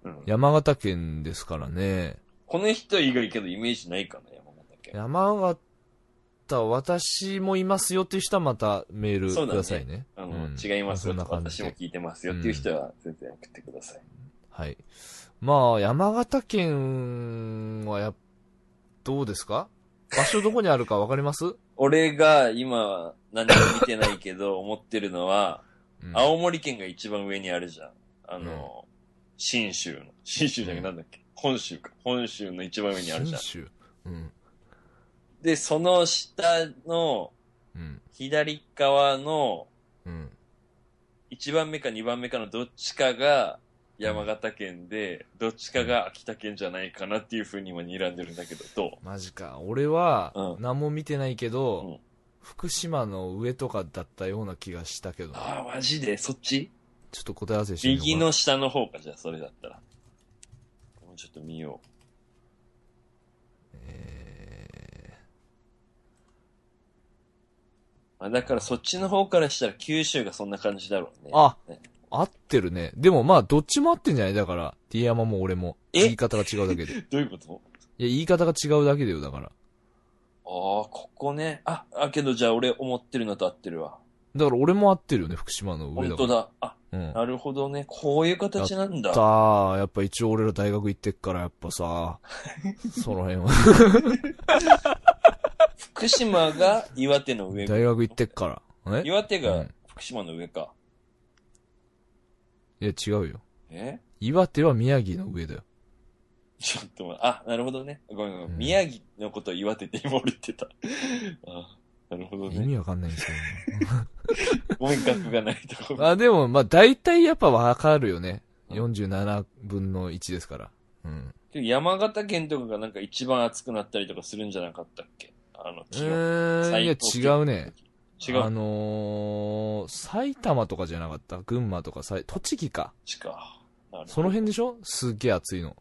D: うん、
C: 山形県ですからね。
D: この人以外けどイメージないかな、山本県。
C: 山形、私もいますよっていう人はまたメール
D: そうだ
C: く
D: ね
C: ださいね。
D: あの、
C: うん
D: 違います
C: そ
D: よ
C: んな
D: とか、
C: 感じ
D: 私も
C: で。
D: 聞いてますよっていう人は全然送ってください。
C: はい。まあ、山形県はやっ、どうですか場所どこにあるかわかります、うん
D: 俺が今何も見てないけど 思ってるのは、青森県が一番上にあるじゃん。あの、信州の。信州じゃなくてなんだっけ、本州か。本州の一番上にあるじゃん
C: 信。州うん。
D: で、その下の
C: うん。
D: 左側の
C: うん。
D: 1番目か2番目かのどっちかが山形県で、どっちかが秋田県じゃないかなっていうふうに今睨んでるんだけど、ど
C: マジか。俺は
D: う、ん
C: 何も見てないけど、
D: うん
C: 福島の上とかだったような気がしたけど
D: う
C: な、
D: ああ、マジでそっち
C: ちょっと答え合わせしてみようか
D: 右の下の方か、じゃあそれだったら。もうちょっと見よ
C: え
D: う。まあ、だからそっちの方からしたら九州がそんな感じだろうね。
C: ーあ
D: ね、
C: 合ってるね。でもまあ、どっちも合ってんじゃないだから、T 山も俺も。
D: え
C: 言い方が違うだけで。いや、
D: どういうこと
C: 言い方が違うだけだよ、だから。
D: ああ、ここね。あ、あ、けどじゃあ俺思ってるのと合ってるわ。
C: だから俺も合ってるよね、福島の上
D: 本
C: だか
D: 当
C: ら。
D: だ。あ、
C: うん。
D: なるほどね。こういう形なんだ。
C: さあ、やっぱ一応俺ら大学行ってっから、やっぱ さ、その辺は。
D: 福島が岩手の上か。
C: 大学行ってっから。え
D: 岩手
C: う
D: が
C: ん
D: 福島の上か。
C: いや、違うよ。
D: え
C: 岩手は宮城の上だよ。
D: ちょっと待って、あ、なるほどね。ごめんごめん。
C: うん
D: 宮城のこと岩手って今俺言ってた。 あなるほど
C: 意
D: ね。
C: 味わかんないんですけ
D: ごめん、額がないと
C: ど。あ、でも、まあ、大体やっぱわかるよね。47分の1ですから。うん。
D: 山形県とかがなんか一番暑くなったりとかするんじゃなかったっけあの、
C: う
D: 気温。
C: ーん、いや、
D: 最高気温
C: 違うね。
D: 違
C: あ
D: う。
C: のー、埼玉とかじゃなかった群馬とかさい、栃木か。
D: ちか。なるほど
C: その辺でしょすっげえ暑いの。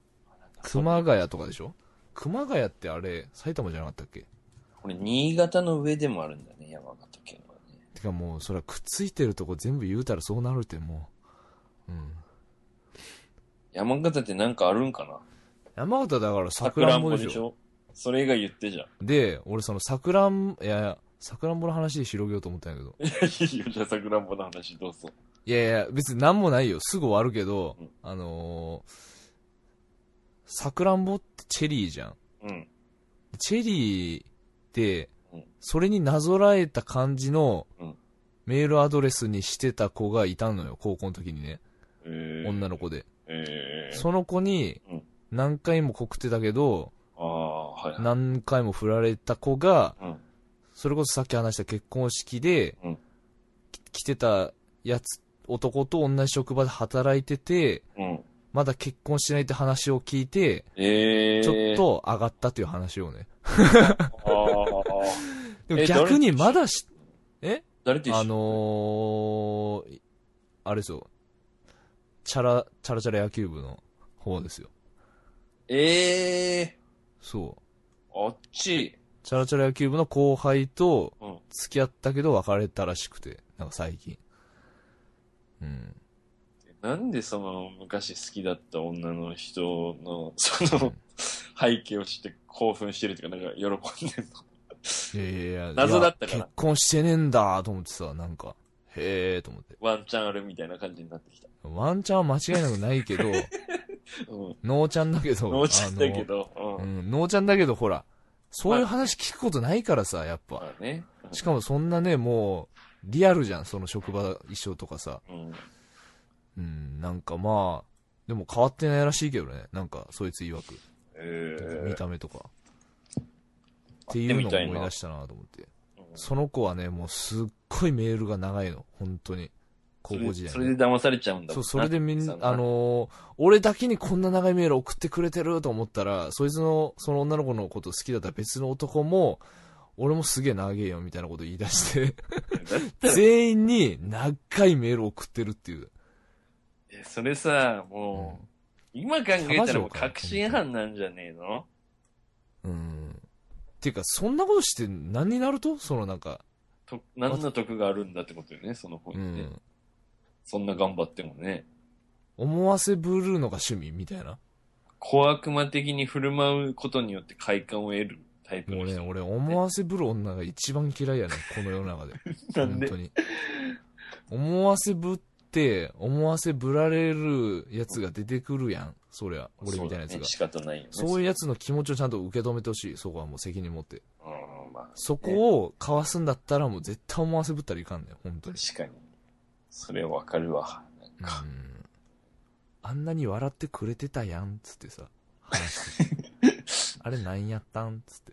C: 熊谷とかでしょ熊谷ってあれ、埼玉じゃなかったっけ
D: これ、新潟の上でもあるんだね、山形県はね。
C: てかもう、それはくっついてるとこ全部言うたらそうなるってもう。うん。
D: 山形ってなんかあるんかな
C: 山形だから
D: さ
C: さ
D: く
C: く
D: ら
C: ら
D: ん
C: ん
D: ぼ
C: ぼ
D: で
C: で
D: し
C: しょ
D: ょそれ以外言ってじゃん。
C: で、俺そのさくらん、いやいや、さくらんぼの話で広げようと思ったんやけど。
D: いいよ、じゃあさくらんぼの話どうぞ。
C: いやいや、別になんもないよ。すぐ終わるけど
D: うん、
C: あのー、さくらんぼってチェリーじゃん。
D: うん。
C: チェリーって
D: うん、
C: それになぞらえた感じの
D: うん
C: メールアドレスにしてた子がいたのよ、高校の時にね。
D: えー、
C: 女の子で。
D: えー、
C: その子に
D: うん
C: 何回も告ってたけど、
D: ああ、はい。
C: 何回も振られた子が、
D: うん。
C: それこそさっき話した結婚式で、
D: うん
C: き着てたやつ、男と同じ職場で働いてて、
D: うん。
C: まだ結婚してないって話を聞いて、
D: えー、
C: ちょっと上がったっていう話をね。
D: と。ああ。
C: でも
D: え
C: 逆にまだし、え
D: 誰と一緒
C: あのー、あれですよ。チャラ、チャラチャラ野球部の方ですよ。
D: ええ
C: そう。
D: ー、あっち。
C: チャラチャラ野球部の後輩と
D: うん
C: 付き合ったけど別れたらしくて、なんか最近。うん。
D: なんでその昔好きだった女の人の、そ の、背景を知って興奮してるっていうか、なんか喜んでるの。
C: いやいやいや。
D: 謎だったから
C: いや結婚してねえんだと思ってさ、なんか、へえーと思って。
D: ワンチャンあるみたいな感じになってきた。
C: ワンチャンは間違いなくない けど、
D: うん。
C: ノーちゃんだけど。
D: 脳ちゃんだけど、
C: あの。
D: う。
C: うんん、ノーちゃんだけどほら、そういう話聞くことないからさ、やっぱ。
D: まあね。
C: しかもそんなね、もう、リアルじゃん、その職場一緒とかさ。
D: うん。
C: うん、なんかまあ、でも変わってないらしいけどね。なんか、そいつ曰く。
D: え
C: 見
D: ー、
C: た目とか。っていうのを
D: 会ってみた
C: 思
D: い
C: い
D: な
C: 出したなと思って。
D: うん
C: その子はね、もうすっごいメールが長いの。本当に。高校時代
D: そ
C: ね
D: れそれで騙されちゃうんだも
C: そ
D: ん
C: う、それでみんな、あ
D: な、
C: のー俺だけにこんな長いメール送ってくれてると思ったら、そいつの、その女の子のこと好きだった別の男も、俺もすげえ長えよみたいなこと言い出して、
D: だ ったら
C: 全員に長いメール送ってるっていう。
D: えそれさ、もう、今考えたらもう確信犯なんじゃねえの
C: うん。ていうか、そんなことして何になるとそのなんか、
D: と何の得があるんだってことよね、その子
C: う
D: にね。
C: ん。
D: そんな頑張ってもね。
C: 思わせぶるのが趣味みたいな。
D: 小悪魔的に振る舞うことによって快感を得るタイプ
C: も
D: の
C: うね、
D: 人。
C: 俺思わせぶる女が一番嫌いやねん、この世の 中で。
D: なんで
C: 本当に。思わせぶって、思わせぶられるやつが出てくるやん。そりゃ、俺みたいなやつ
D: そうだね
C: が。
D: 仕方ないよね。
C: そういうやつの気持ちをちゃんと受け止めてほしい。そこはもう責任持って。
D: うん、まあ、
C: そこをかわすんだったらもう絶対思わせぶったらいかんねん、本当に。
D: 確かに。それはわかるわ。なん
C: う
D: か、
C: ん。あんなに笑ってくれてたやん、つってさ。 あれ何やったんつって。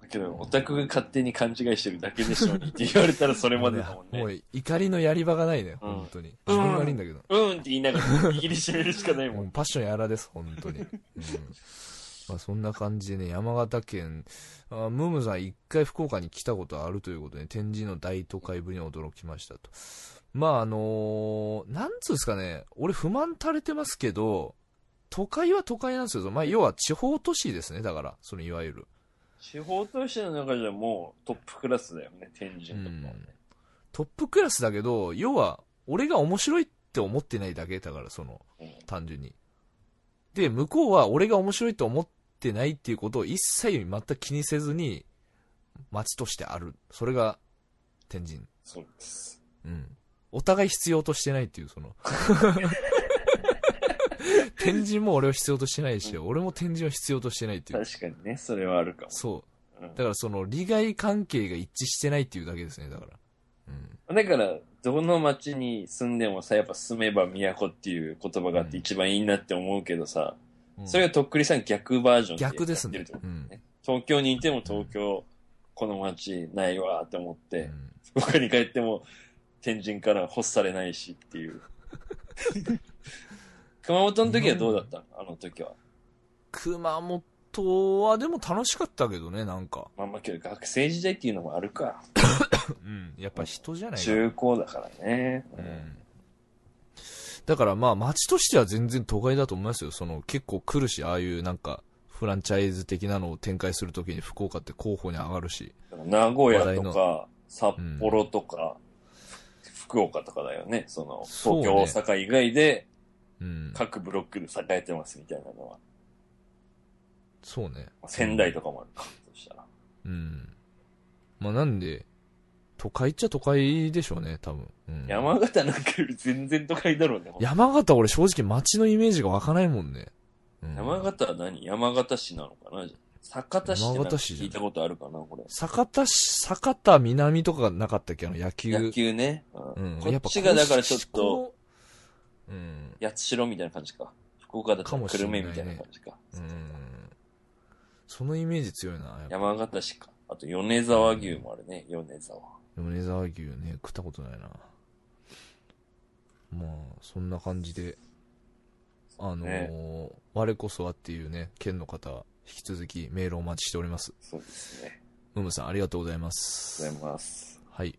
D: だけど、オタクが勝手に勘違いしてるだけでしょうにって言われたらそれまでだもん
C: も
D: ね。
C: う怒りのやり場がないね、
D: うん
C: 本当に。自分が悪いんだけど。
D: うんって言いながら握りしめるしかないも
C: も
D: ん。
C: うパッションやらです、本当に。うんまあそんな感じでね、山形県、あムームさん一回福岡に来たことあるということで、展示の大都会ぶりに驚きましたと。まああのーなんつうんですかね、俺不満垂れてますけど、都会は都会なんですよ。まあ要は地方都市ですね、だから、そのいわゆる。
D: 地方都市の中じゃもうトップクラスだよね、天神
C: う
D: とか。
C: んトップクラスだけど、要は、俺が面白いって思ってないだけだから、その、
D: うん
C: 単純に。で、向こうは俺が面白いと思ってないっていうことを一切全く気にせずに、街としてある。それが、天神。
D: そうです。
C: うん。お互い必要としてないっていう、そ の。天神も俺を必要としてないし、俺も天神を必要としてないっていう。
D: 確かにね、それはあるかも。
C: そう。
D: うん
C: だからその、利害関係が一致してないっていうだけですね、だから。うん。
D: だから、どの町に住んでもさ、やっぱ住めば都っていう言葉があって一番いいなって思うけどさ、
C: うん
D: それがとっくりさん逆バージョンやって
C: 逆です
D: や
C: ね
D: ってるって。こと東京にいても東京、この町ないわーって思
C: う
D: って、
C: ん
D: 福岡に帰っても天神から欲されないしっ ていう。熊本の時はどうだったのあの時は。
C: 熊本はでも楽しかったけどね、なんか。
D: まあまあけど学生時代っていうのもあるか。
C: うん。やっぱ人じゃないかな
D: 中高だからね。
C: うん。だからまあ街としては全然都会だと思いますよ。その結構来るし、ああいうなんかフランチャイズ的なのを展開するときに福岡って候補に上がるし。
D: 名古屋
C: 話題
D: と
C: の
D: か、札幌とか、福岡とかだよね。その、
C: そうね
D: 東京、大阪以外で
C: うん。
D: 各ブロックで栄えてますみたいなのは。
C: そうね。
D: 仙台とかもあるか。そしたら。
C: うん。まあなんで、都会っちゃ都会でしょうね、多分。うん、
D: 山形なんかより全然都会だろうね。
C: 山形俺正直街のイメージが湧かないもんね。うん
D: 山形は何山形市なのかな酒田市ってなん
C: 山
D: か
C: 形市じゃな
D: 聞
C: い
D: いたことあるかなこれ。
C: 酒田市、酒田南とかがなかったっけあの野球。
D: 野球ね。
C: う
D: うんん。こっちがだからちょっと、、
C: やぱこううん。
D: 八代みたいな感じか。福岡だと久留米みたいな感じか。
C: うん。そのイメージ強いな。やっぱ
D: 山形市か。あと、米沢牛もあるね。米沢。
C: 米沢牛ね、食ったことないな。まあ、そんな感じで、あのー我こそはっていうね、県の方、引き続きメールをお待ちしております。
D: そうですね。
C: ムムさん、ありがとうございま
D: あり
C: す
D: がと。うございます。
C: はい。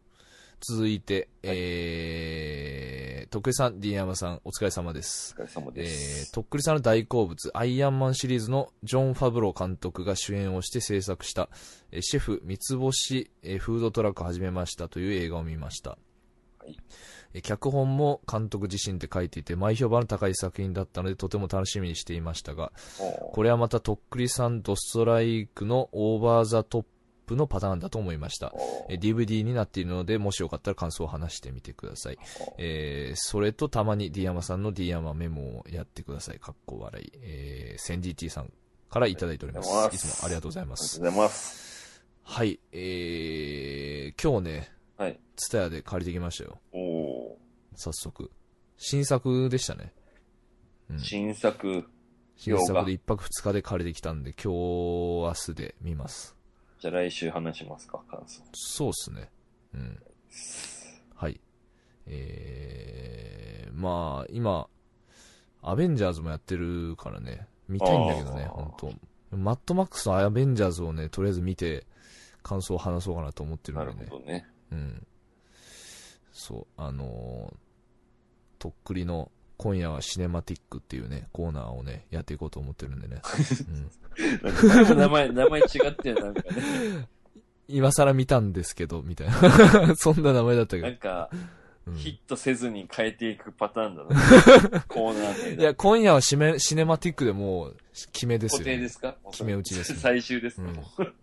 C: 続いて、えー、徳井さん、D 山さん、お疲れ様です
D: お。疲れ様で
C: えー
D: す。
C: とっくりさんの大好物、アイアンマンシリーズのジョン・ファブロー監督が主演をして制作した、えーシェフ三つ星、えーフードトラック始めましたという映画を見ました。
D: は
C: え
D: い
C: ー脚本も監督自身で書いていて、前評判の高い作品だったのでとても楽しみにしていましたが、
D: おー
C: これはまたとっくりさんドストライクのオーバーザトップのパターンだと思いました。
D: お
C: えー
D: ー
C: DVD になっているので、もしよかったら感想を話してみてください。えーそれとたまに D 山さんの D 山メモをやってください。かっこ笑い。えー、センディー T さんからいただいております。
D: ありがとうござい
C: い
D: ま
C: つ
D: す
C: もありがとうございます
D: ありがとう。ございます。
C: はい、えー、今日ね、
D: はい。
C: ツタヤで借りてきましたよ。
D: おお
C: 早速。新作でしたね。うん
D: ー。新作。
C: 新
D: 洋画
C: 作で一泊二日で借りてきたんで、今日、明日で見ます。
D: じゃあ来週話しますか、感想。
C: そうっすね。うん。はい。えー、まあ、今、アベンジャーズもやってるからね、見たいんだけどね、
D: あー
C: 本当マッドマックスのアベンジャーズをね、とりあえず見て、感想を話そうかなと思ってる
D: なん
C: で
D: る
C: ね。
D: ほどね。
C: うん。そう、あのーとっくりの、今夜はシネマティックっていうね、コーナーをね、やっていこうと思ってるんで ね。うん、
D: なんかだいぶ名前、名前違ってなんかね。
C: 今更見たんですけど、みたいな。 そんな名前だったけど
D: なん。か、
C: うん
D: ヒットせずに変えていくパターンだ な。コーナー
C: い
D: で。
C: や、今夜はシメシネマティックでもう、決めです
D: 固
C: よ、
D: 定
C: ね
D: で。すか
C: 決め打ちですね
D: 最終ですね。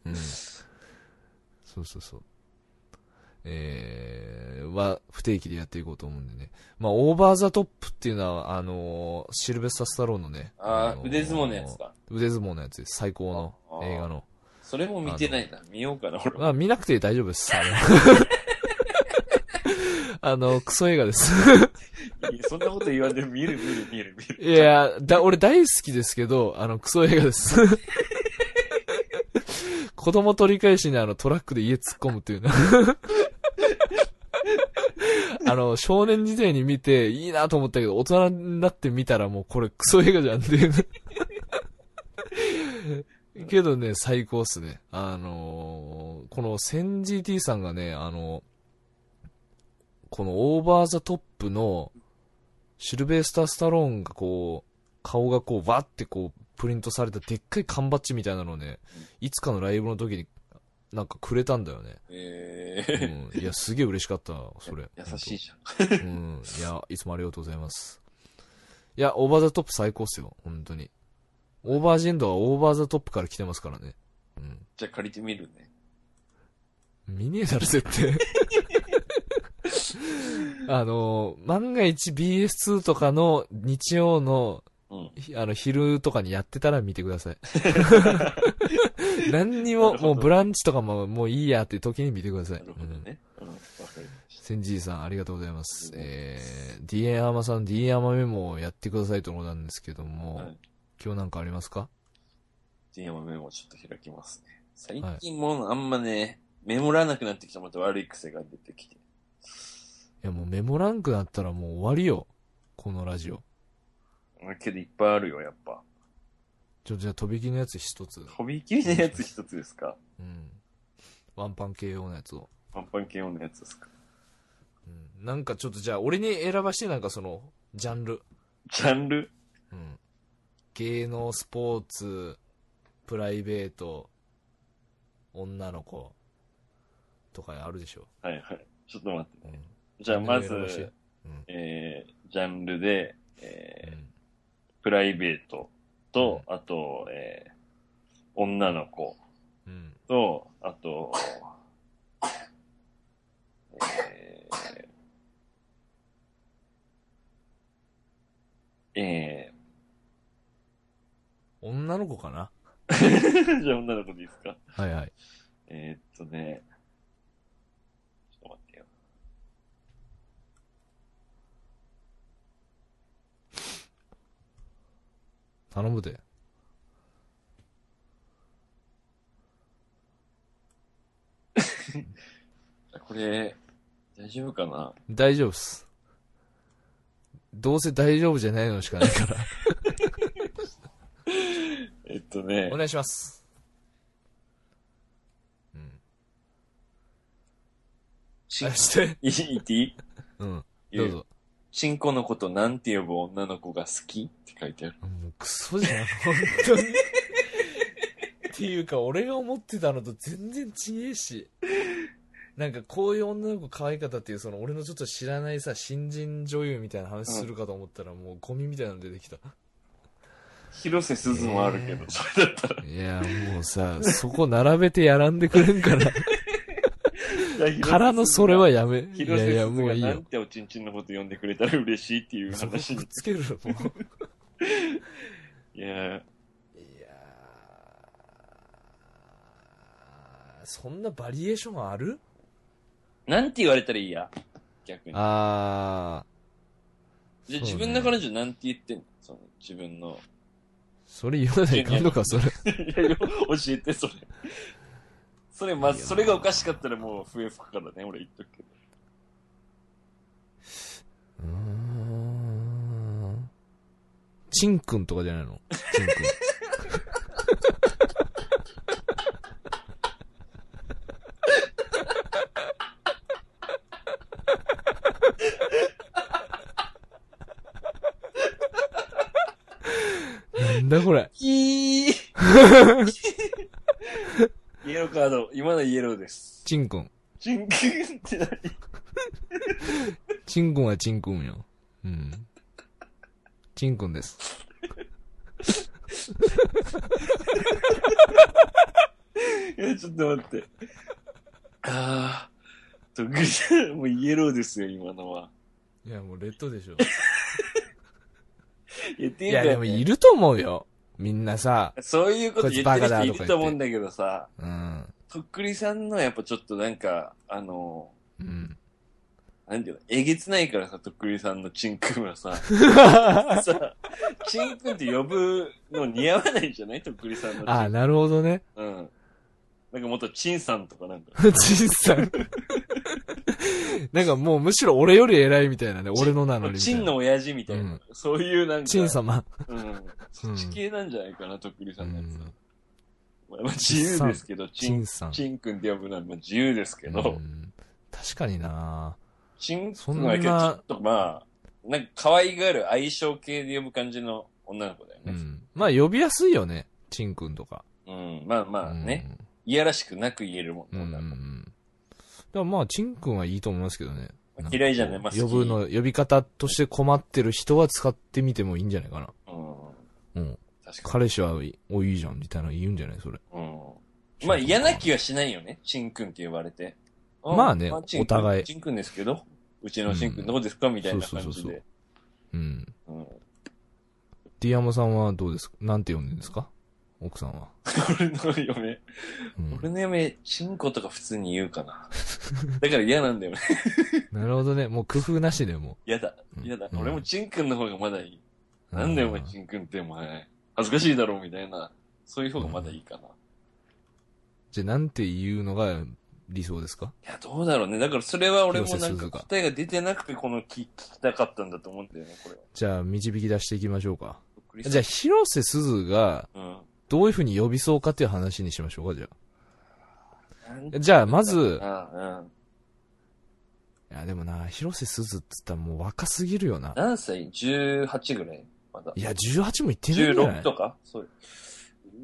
C: うん。そうそうそう。えー、は、不定期でやっていこうと思うんでね。まあ、オーバーザトップっていうのは、あのーシルベスタ・スタローンのね。
D: ああ、
C: のー
D: 腕相撲のやつ。か。
C: 腕相撲のやつです。最高の
D: ああ
C: 映画の。
D: それも見てないな。見ようかな、俺
C: まあ、見なくて大 丈夫です。あの、あのクソ映画です。
D: いやそんなこと言わんで、見る見る見る見る。
C: いや、だ、俺大好きですけど、あの、クソ映画です。子供取り返しにあのトラックで家突っ込むというな。あの、少年時代に見ていいなと思ったけど、大人になって見たらもうこれクソ映画じゃんっていうね。けどね、最高っすね。あのーこの 1000GT さんがね、あのこのオーバーザトップの、シルベースター・スタローンがこう、顔がこう、わってこう、プリントされたでっかい缶バッジみたいなのをね、いつかのライブの時に、なんかくれたんだよね。
D: え
C: う
D: ー、
C: ん、いや、すげえ嬉しかった、それ。
D: 優しいじゃん。
C: うん。いや、いつもありがとうございます。いや、オーバーザトップ最高っすよ、本当に。オーバージェンドはオーバーザトップから来てますからね。うん。
D: じゃあ借りてみるね。
C: 見ねえだろ、絶 対。あの、万が一 BS2 とかの日曜の
D: うん。
C: ひあの、昼とかにやってたら見てくだ さい。何にも、
D: なるほ
C: もう
D: ど
C: ブランチとかももういいやって時に見てくださ。
D: ないるほどね。うん、わかりまし
C: センジーさん、ありがとうございます。
D: うん
C: えー、DA アーマさん、DA アーマメモをやってくださいということなんですけども、
D: はい
C: 今日なんかありますか
D: た。DM メモちょっと開きますね。最近もうあんまね、メモらなくなってきたまた悪い癖が出てきて。
C: いや、もうメモランクだったらもう終わりよ。このラジオ。
D: うんけどいっぱいあるよ、やっぱ。
C: ちょ、じゃあ、飛びきのやつ一つ。
D: 飛び切りのやつ一つですか
C: うん。ワンパン系用のやつを。
D: パンパン系用のやつですか
C: うん。なんかちょっとじゃあ、俺に選ばして、なんかその、ジャンル。
D: ジャンル
C: うん。芸能、スポーツ、プライベート、女の子、とかあるでしょ。
D: はいはい。ちょっと待って
C: う
D: ね。
C: ん。
D: じゃあまず
C: ジャンル選ばして、うん
D: えー、ジャンルで、えー
C: うん
D: プライベートと、あと、えー、女の子
C: うん。
D: と、あと、えー、え
C: 女の子かな
D: ー、じゃあ女の子でいいですか
C: はいはい。
D: えー、っとね、ちょっと待ってよ。
C: 頼むで。
D: これ、大丈夫かな
C: 大丈夫っす。どうせ大丈夫じゃないのしかない から。
D: えっとね
C: お、願いします。うん。
D: ちん
C: あ、して。
D: いいっていい
C: うん。どうぞ。
D: チンコのことなんて呼ぶ女の子が好きって書いてある。
C: もうクソじゃん、本当に。っていうか、俺が思ってたのと全然違えし。なんか、こういう女の子可愛かったっていう、その、俺のちょっと知らないさ、新人女優みたいな話するかと思ったら、もうゴミみたいなの出てきた。
D: 広瀬すずもあるけど、
C: えー
D: それだったら。
C: いや、もうさ、そこ並べてやらんでくれん から。からのそれはやめ。い
D: 広
C: や
D: 瀬
C: い
D: す
C: や、
D: ず
C: も
D: が
C: ういい
D: なん
C: よ。
D: ておちんちんのこと呼んでくれたら嬉しいっていう
C: そこ
D: 話
C: く
D: に
C: っ。つけるのもう。
D: い
C: い
D: やー
C: やーそんなバリエーションある
D: なんて言われたらいいや。逆に。
C: あー、
D: じ
C: そうね
D: ゃあ自分の彼女なんて言ってんのその自分の。
C: それ言わないかんのか、それ。
D: いやいや教えて、それ。それ、ま
C: いや
D: ず、それがおかしかったらもう笛吹くからね、俺言っとくけど。
C: うーん。チンくんとかじゃないのチンくん。なんだこれ。
D: キーイエローカード、今のイエローです。
C: チンくん。
D: チンクンって何
C: チンくんはチンくんよ。うん。チンくんです。
D: いや、ちょっと待って。ああ。と、ぐしゃ、もうイエローですよ、今のは。
C: いや、もうレッドでしょ。
D: いや、って
C: い
D: いうか
C: や、
D: ね、
C: でもいると思うよ。みんなさ。
D: そういうこと
C: こいつ
D: 言っ
C: バ
D: て
C: カ
D: る
C: だ
D: 人い
C: とか言って
D: ると思うんだけどさ、
C: うん。
D: とっくりさんのやっぱちょっとなんか、あの、
C: うん。
D: なんていうの、えげつないからさ、とっくりさんのチンくん はさ、さ、チンくんって呼ぶの似合わないんじゃないとっくりさんのチン
C: ああ、なるほどね。
D: うん。なんかもっとチンさんとかなんか、
C: ちんさん。なんかもうむしろ俺より偉いみたいなね。俺のなのにみた
D: チ
C: いな。
D: ンの親父みたいな、
C: うん
D: そういうなんか、
C: ちん様。
D: うん。そっち系なんじゃないかな、とっくりさんのやつは。まあ
C: ち
D: 自
C: んさん
D: 由ですけど、チ
C: ち
D: ン
C: ん、さん。
D: チンくんって呼ぶのはまあ自由ですけど、
C: うん確かにな
D: チン
C: そ
D: く
C: ん
D: ん
C: な
D: はけどちょっとまあ、なんか可愛がる愛称系で呼ぶ感じの女の子だよ
C: う
D: ね。
C: ん。まあ呼びやすいよね。ちんくんとか。
D: うん、まあまあね、いやらしくなく言えるもん、
C: うん。うんうん
D: 女
C: う
D: の子
C: ん。でもまあ、ちんくんはいいと思いますけどね。
D: 嫌いじゃないまあ
C: 呼ぶの、呼び方として困ってる人は使ってみてもいいんじゃないかな。
D: うん。
C: うん
D: 確か
C: 彼氏は、お、いいじゃん、みたいなの言うんじゃないそれ。
D: に。うん。まあ嫌な気はしないよね。チンくんって呼ばれて。
C: まあね
D: チンくん
C: お互い
D: チンくんですけど、うちのチンくんどうですかみたいな感
C: そうそ
D: じ
C: うそう
D: で。
C: うん。
D: うん。こ
C: ディアモさんはどうですかなんて呼んでるんですか奥さんは。
D: れの嫁。
C: うん
D: 俺の嫁、チンコとか普通に言うかな。だから嫌なんだよね。
C: なるほどね。もう工夫なしでも
D: 嫌だ。
C: うん
D: 嫌だ。
C: うん
D: 俺もチンくんの方がまだいい。
C: う。
D: なんだよお前
C: あー
D: チンくんってお前。恥ずかしいだろみたいな。そういう方がまだいいかな。
C: じゃあ、なんて言うのが理想ですか
D: いや、どうだろうね。だからそれは俺も
C: 広瀬
D: な
C: す
D: ん
C: ず
D: か
C: が
D: 答えが出てなくて、この聞聞きたかったんだと思うんだよね、これは。
C: じゃあ、導き出していきましょうか。
D: クリス
C: じゃあ、広瀬すずが、
D: うん。
C: どういうふうに呼びそうかっていう話にしましょうか、じゃ
D: なん
C: あ。じゃあ、まず、
D: うんうん。
C: いや、でもな、広瀬すずって言ったらもう若すぎるよな。
D: 何歳 ?18 ぐらいまだ。
C: いや、18も言ってないんじゃな
D: 16
C: い
D: とかそう。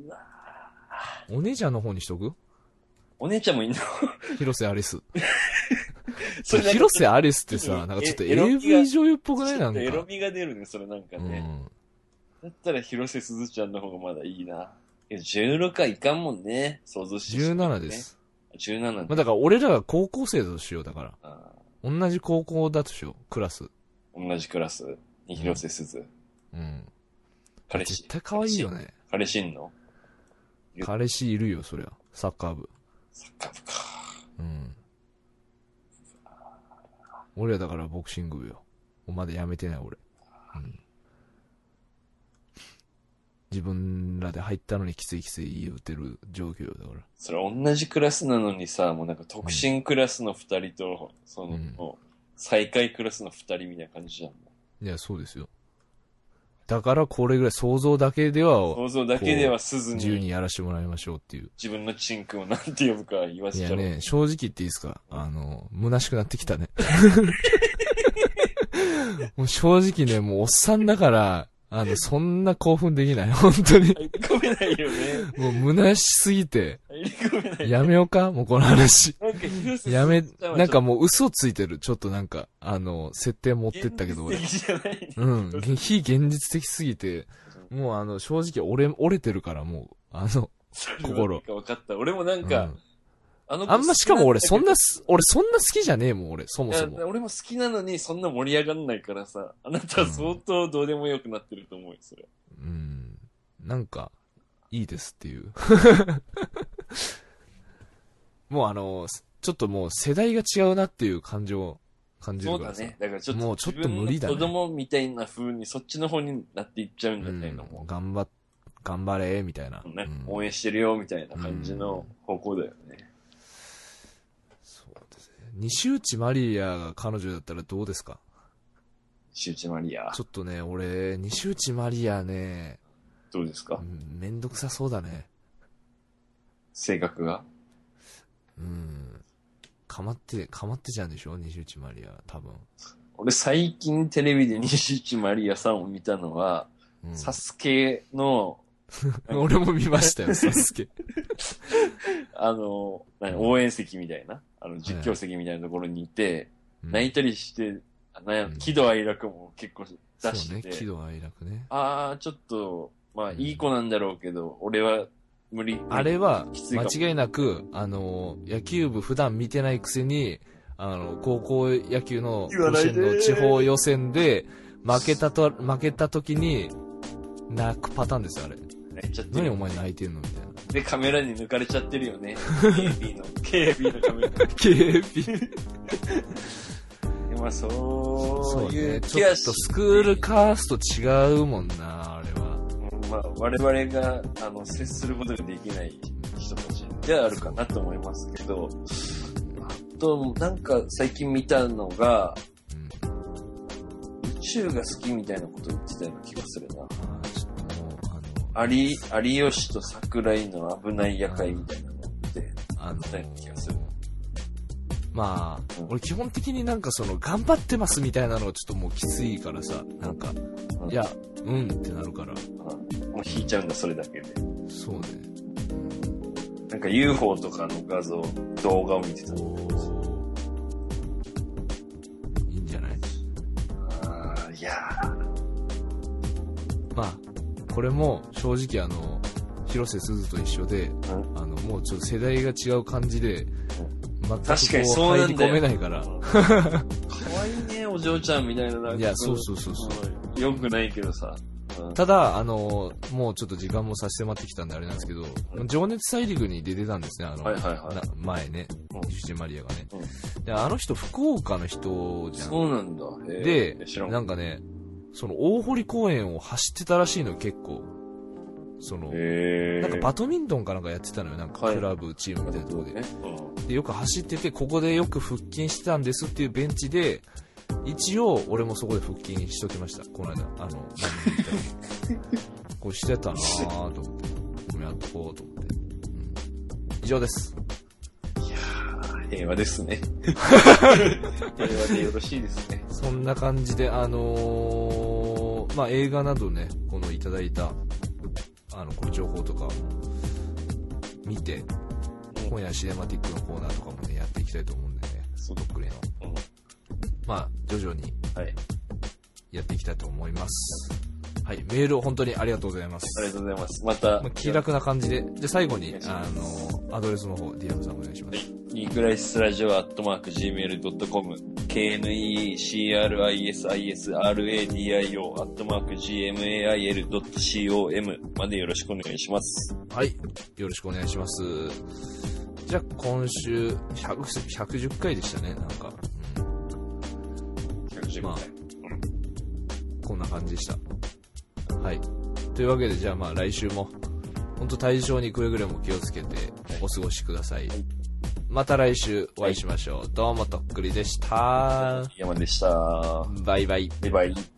D: うわ
C: お姉ちゃんの方にしとく
D: お姉ちゃんもいんの
C: 広瀬アリス。
D: それなんか
C: 広瀬アリスって
D: ちょ
C: さ、
D: っと
C: なんかちょっと
D: えエロみが
C: AV 女優っぽくない
D: ちょ
C: な
D: っ
C: ん
D: と
C: か。
D: エロみが出るね、それなんか
C: う
D: ね。
C: ん。
D: だったら広瀬すずちゃんの方がまだいいな。いや16はいかんもんね。想像して、
C: 17で。す。
D: 17
C: まあ、だから俺らが高校生だとしよう、だから。
D: あー
C: 同じ高校だとしよう、クラス。
D: 同じクラスに広瀬すず。
C: うん。
D: 彼氏。
C: 絶対可愛いよね。
D: 彼氏いんのいる
C: 彼氏いるよ、そりゃ。サッカー部。
D: サッカー部か。
C: うん。俺はだからボクシング部よ。まだやめてない俺。うん。自分らで入ったのにきついきつい言うてる状況よ、だから。
D: それ同じクラスなのにさ、もうなんか特進クラスの二人と、その、
C: うん
D: もう最下位クラスの二人みたいな感じじゃん。
C: いや、そうですよ。だからこれぐらい想像だけでは、
D: 想像だけでは鈴
C: 自由に
D: に
C: やらせてもらいましょうっていう。
D: 自分のチンクをなんて呼ぶか言わ
C: い
D: せちゃ
C: や
D: う。
C: ね、正直言っていいですかあの、虚しくなってきた ね。もう正直ね、もうおっさんだから、あの、そんな興奮できない。本当に。
D: 入り込めないよね。
C: もう虚しすぎて。
D: 入り込めない。
C: やめようかもうこの話。
D: なんか広瀬
C: や め、
D: すずちゃは
C: なんかもう嘘ついてる。ちょっとなんか、あの、設定持ってったけど俺
D: 現。実的じゃないね
C: うん。げ非現実的すぎて、もうあの、正直折れ、折れてるからもう、あの、
D: それは
C: 心
D: なんか分かった。俺もなん
C: う
D: か
C: ん、
D: あの子
C: あんましかも俺
D: 好き
C: そん
D: だ
C: な
D: っ
C: す、俺そんな好きじゃねえもん、俺、そも
D: た
C: そ
D: けど
C: も
D: いや。俺も好きなのにそんな盛り上がんないからさ、あなたは相当どうでもよくなってると思うよ、それ。
C: うん。なんか、いいですっていう。 もうあの、ちょっともう世代が違うなっていう感情を感じ
D: そ
C: る
D: う
C: から
D: だ
C: さ。
D: ね。だからちょっと、
C: もうちょっと無理だね
D: 自分の子供みたいな風にそっちの方になっていっちゃうんじゃないの、
C: うん
D: も
C: 頑張っ、頑張れ、みたいな。
D: う。ね、
C: うん
D: 応援してるよ、みたいな感じの方向だよね。
C: そうですね。西内まりやが彼女だったらどうですか
D: シューチマリア
C: ち、ょっとね、俺、西内まりやね、
D: どうですか
C: うんめんどくさそうだね。
D: 性格が
C: うん。かまって、かまってちゃうんでしょ西内まりや、多分。
D: 俺最近テレビで西内マリアさんを見たのは、
C: うん
D: サスケの、
C: 俺も見ま したよ、サスケ。
D: あの、何応援席みたいな、あの、実況席みたいなところにいて、
C: うん
D: 泣いたりして、あなんや
C: うん
D: 喜怒哀楽も結構出し
C: そう
D: て
C: ね、
D: て、
C: 喜怒哀楽ね。
D: あー、ちょっと、まあ、
C: うん
D: いい子なんだろうけど、俺は無理。
C: あれは
D: き、ついかも
C: 間違いなく、あの、野球部普段見てないくせに、あの、高校野球の
D: 言わ
C: 甲
D: な
C: 子
D: いで
C: 園の地方予選で、負けたと、負けた時に、泣くパターンですよ、あれ。
D: 泣いちゃって
C: 何お
D: る。
C: 前泣いてんのみたい な。
D: で、カメラに抜かれちゃってるよね。KB の、KB のカメラ。
C: 警備。
D: まあ、そう
C: ね
D: いう
C: ちょっとスクールカースト違うもんな、あれは。
D: うんまあ、我々が、あの、接することができない人たちではあるかなと思いますけど、あと、なんか最近見たのが、
C: うん
D: 宇宙が好きみたいなことを言ってたような気がするな。
C: あーちょっともう、あ
D: 有、有吉と桜井の危ない夜会みたいなのって、
C: の、あの
D: みたいな気がする
C: まあ、俺基本的になんかその、頑張ってますみたいなのがちょっともうきついからさ、なんか、いや、うんってなるから、
D: うんもう引いちゃうんだ、それだけで。
C: そうね。
D: なんか UFO とかの画像、動画を見てた。
C: おーいいんじゃない
D: あーいや
C: まあ、これも正直あの、広瀬すずと一緒で、
D: う
C: あの、もうちょっと世代が違う感じで、全くこ
D: 確かにそう
C: う
D: な
C: 入り
D: んだよ
C: 込めないから、
D: ー。可愛いね、お嬢ちゃんみたいな。なんか
C: いや、そうそうそうそう。
D: うんよくないけどさ。うん
C: ただ、あの、もうちょっと時間も差し迫ってきたんであれなんですけど、情熱大陸に出てたんですね、あの、
D: はいはいはい
C: な前ね
D: うん、
C: ジュジュマリアがね。で、あの人、福岡の人じゃん。
D: そうなんだ。へー
C: で
D: いや知ら、ん
C: なんかね、その大堀公園を走ってたらしいの、結構。その、
D: へ
C: なんかバドミントンかなんかやってたのよ、なんか
D: はい
C: クラブチームみたいなところで。
D: ね
C: でよく走ってて、ここでよく腹筋してたんですっていうベンチで、一応、俺もそこで腹筋しときました、この間。あの、 こうしてたなぁと思って、これやっとこうと思って。うん以上です。
D: うん平和で すね。平和でよろしいですね。
C: そんな感じで、あのーまあ、映画などね、このいただいた、あの、この情報とかを見て、今夜シネマティックのコーナーとかもね、やっていきたいと思うんでね、
D: そう
C: どっくりの。
D: うん
C: まあ、徐々に
D: はい。
C: やっていきたいと思います。はい、メールを本当にありがとうございます。
D: ありがとうございます。また、
C: まあ気楽な感じで、じゃあ最後に
D: お願い、し
C: あ
D: ます
C: の、アドレスの方、DM さんお願いします。
D: ニクライスラジオアットマーク Gmail.com、KNECRISISRADIO アットマーク Gmail.com までよろしくお願いします。
C: はい、よろしくお願いします。じゃあ今週100、110回でしたね、なんか。うん
D: 110
C: まあこんな感じでした。はい。というわけで、じゃあまあ来週も、本当体調にくれぐれも気をつけてお過ごしください。また来週お会いしましょう。どうもとっくりでした。
D: 山でした。
C: バイバイ。
D: バイバイ。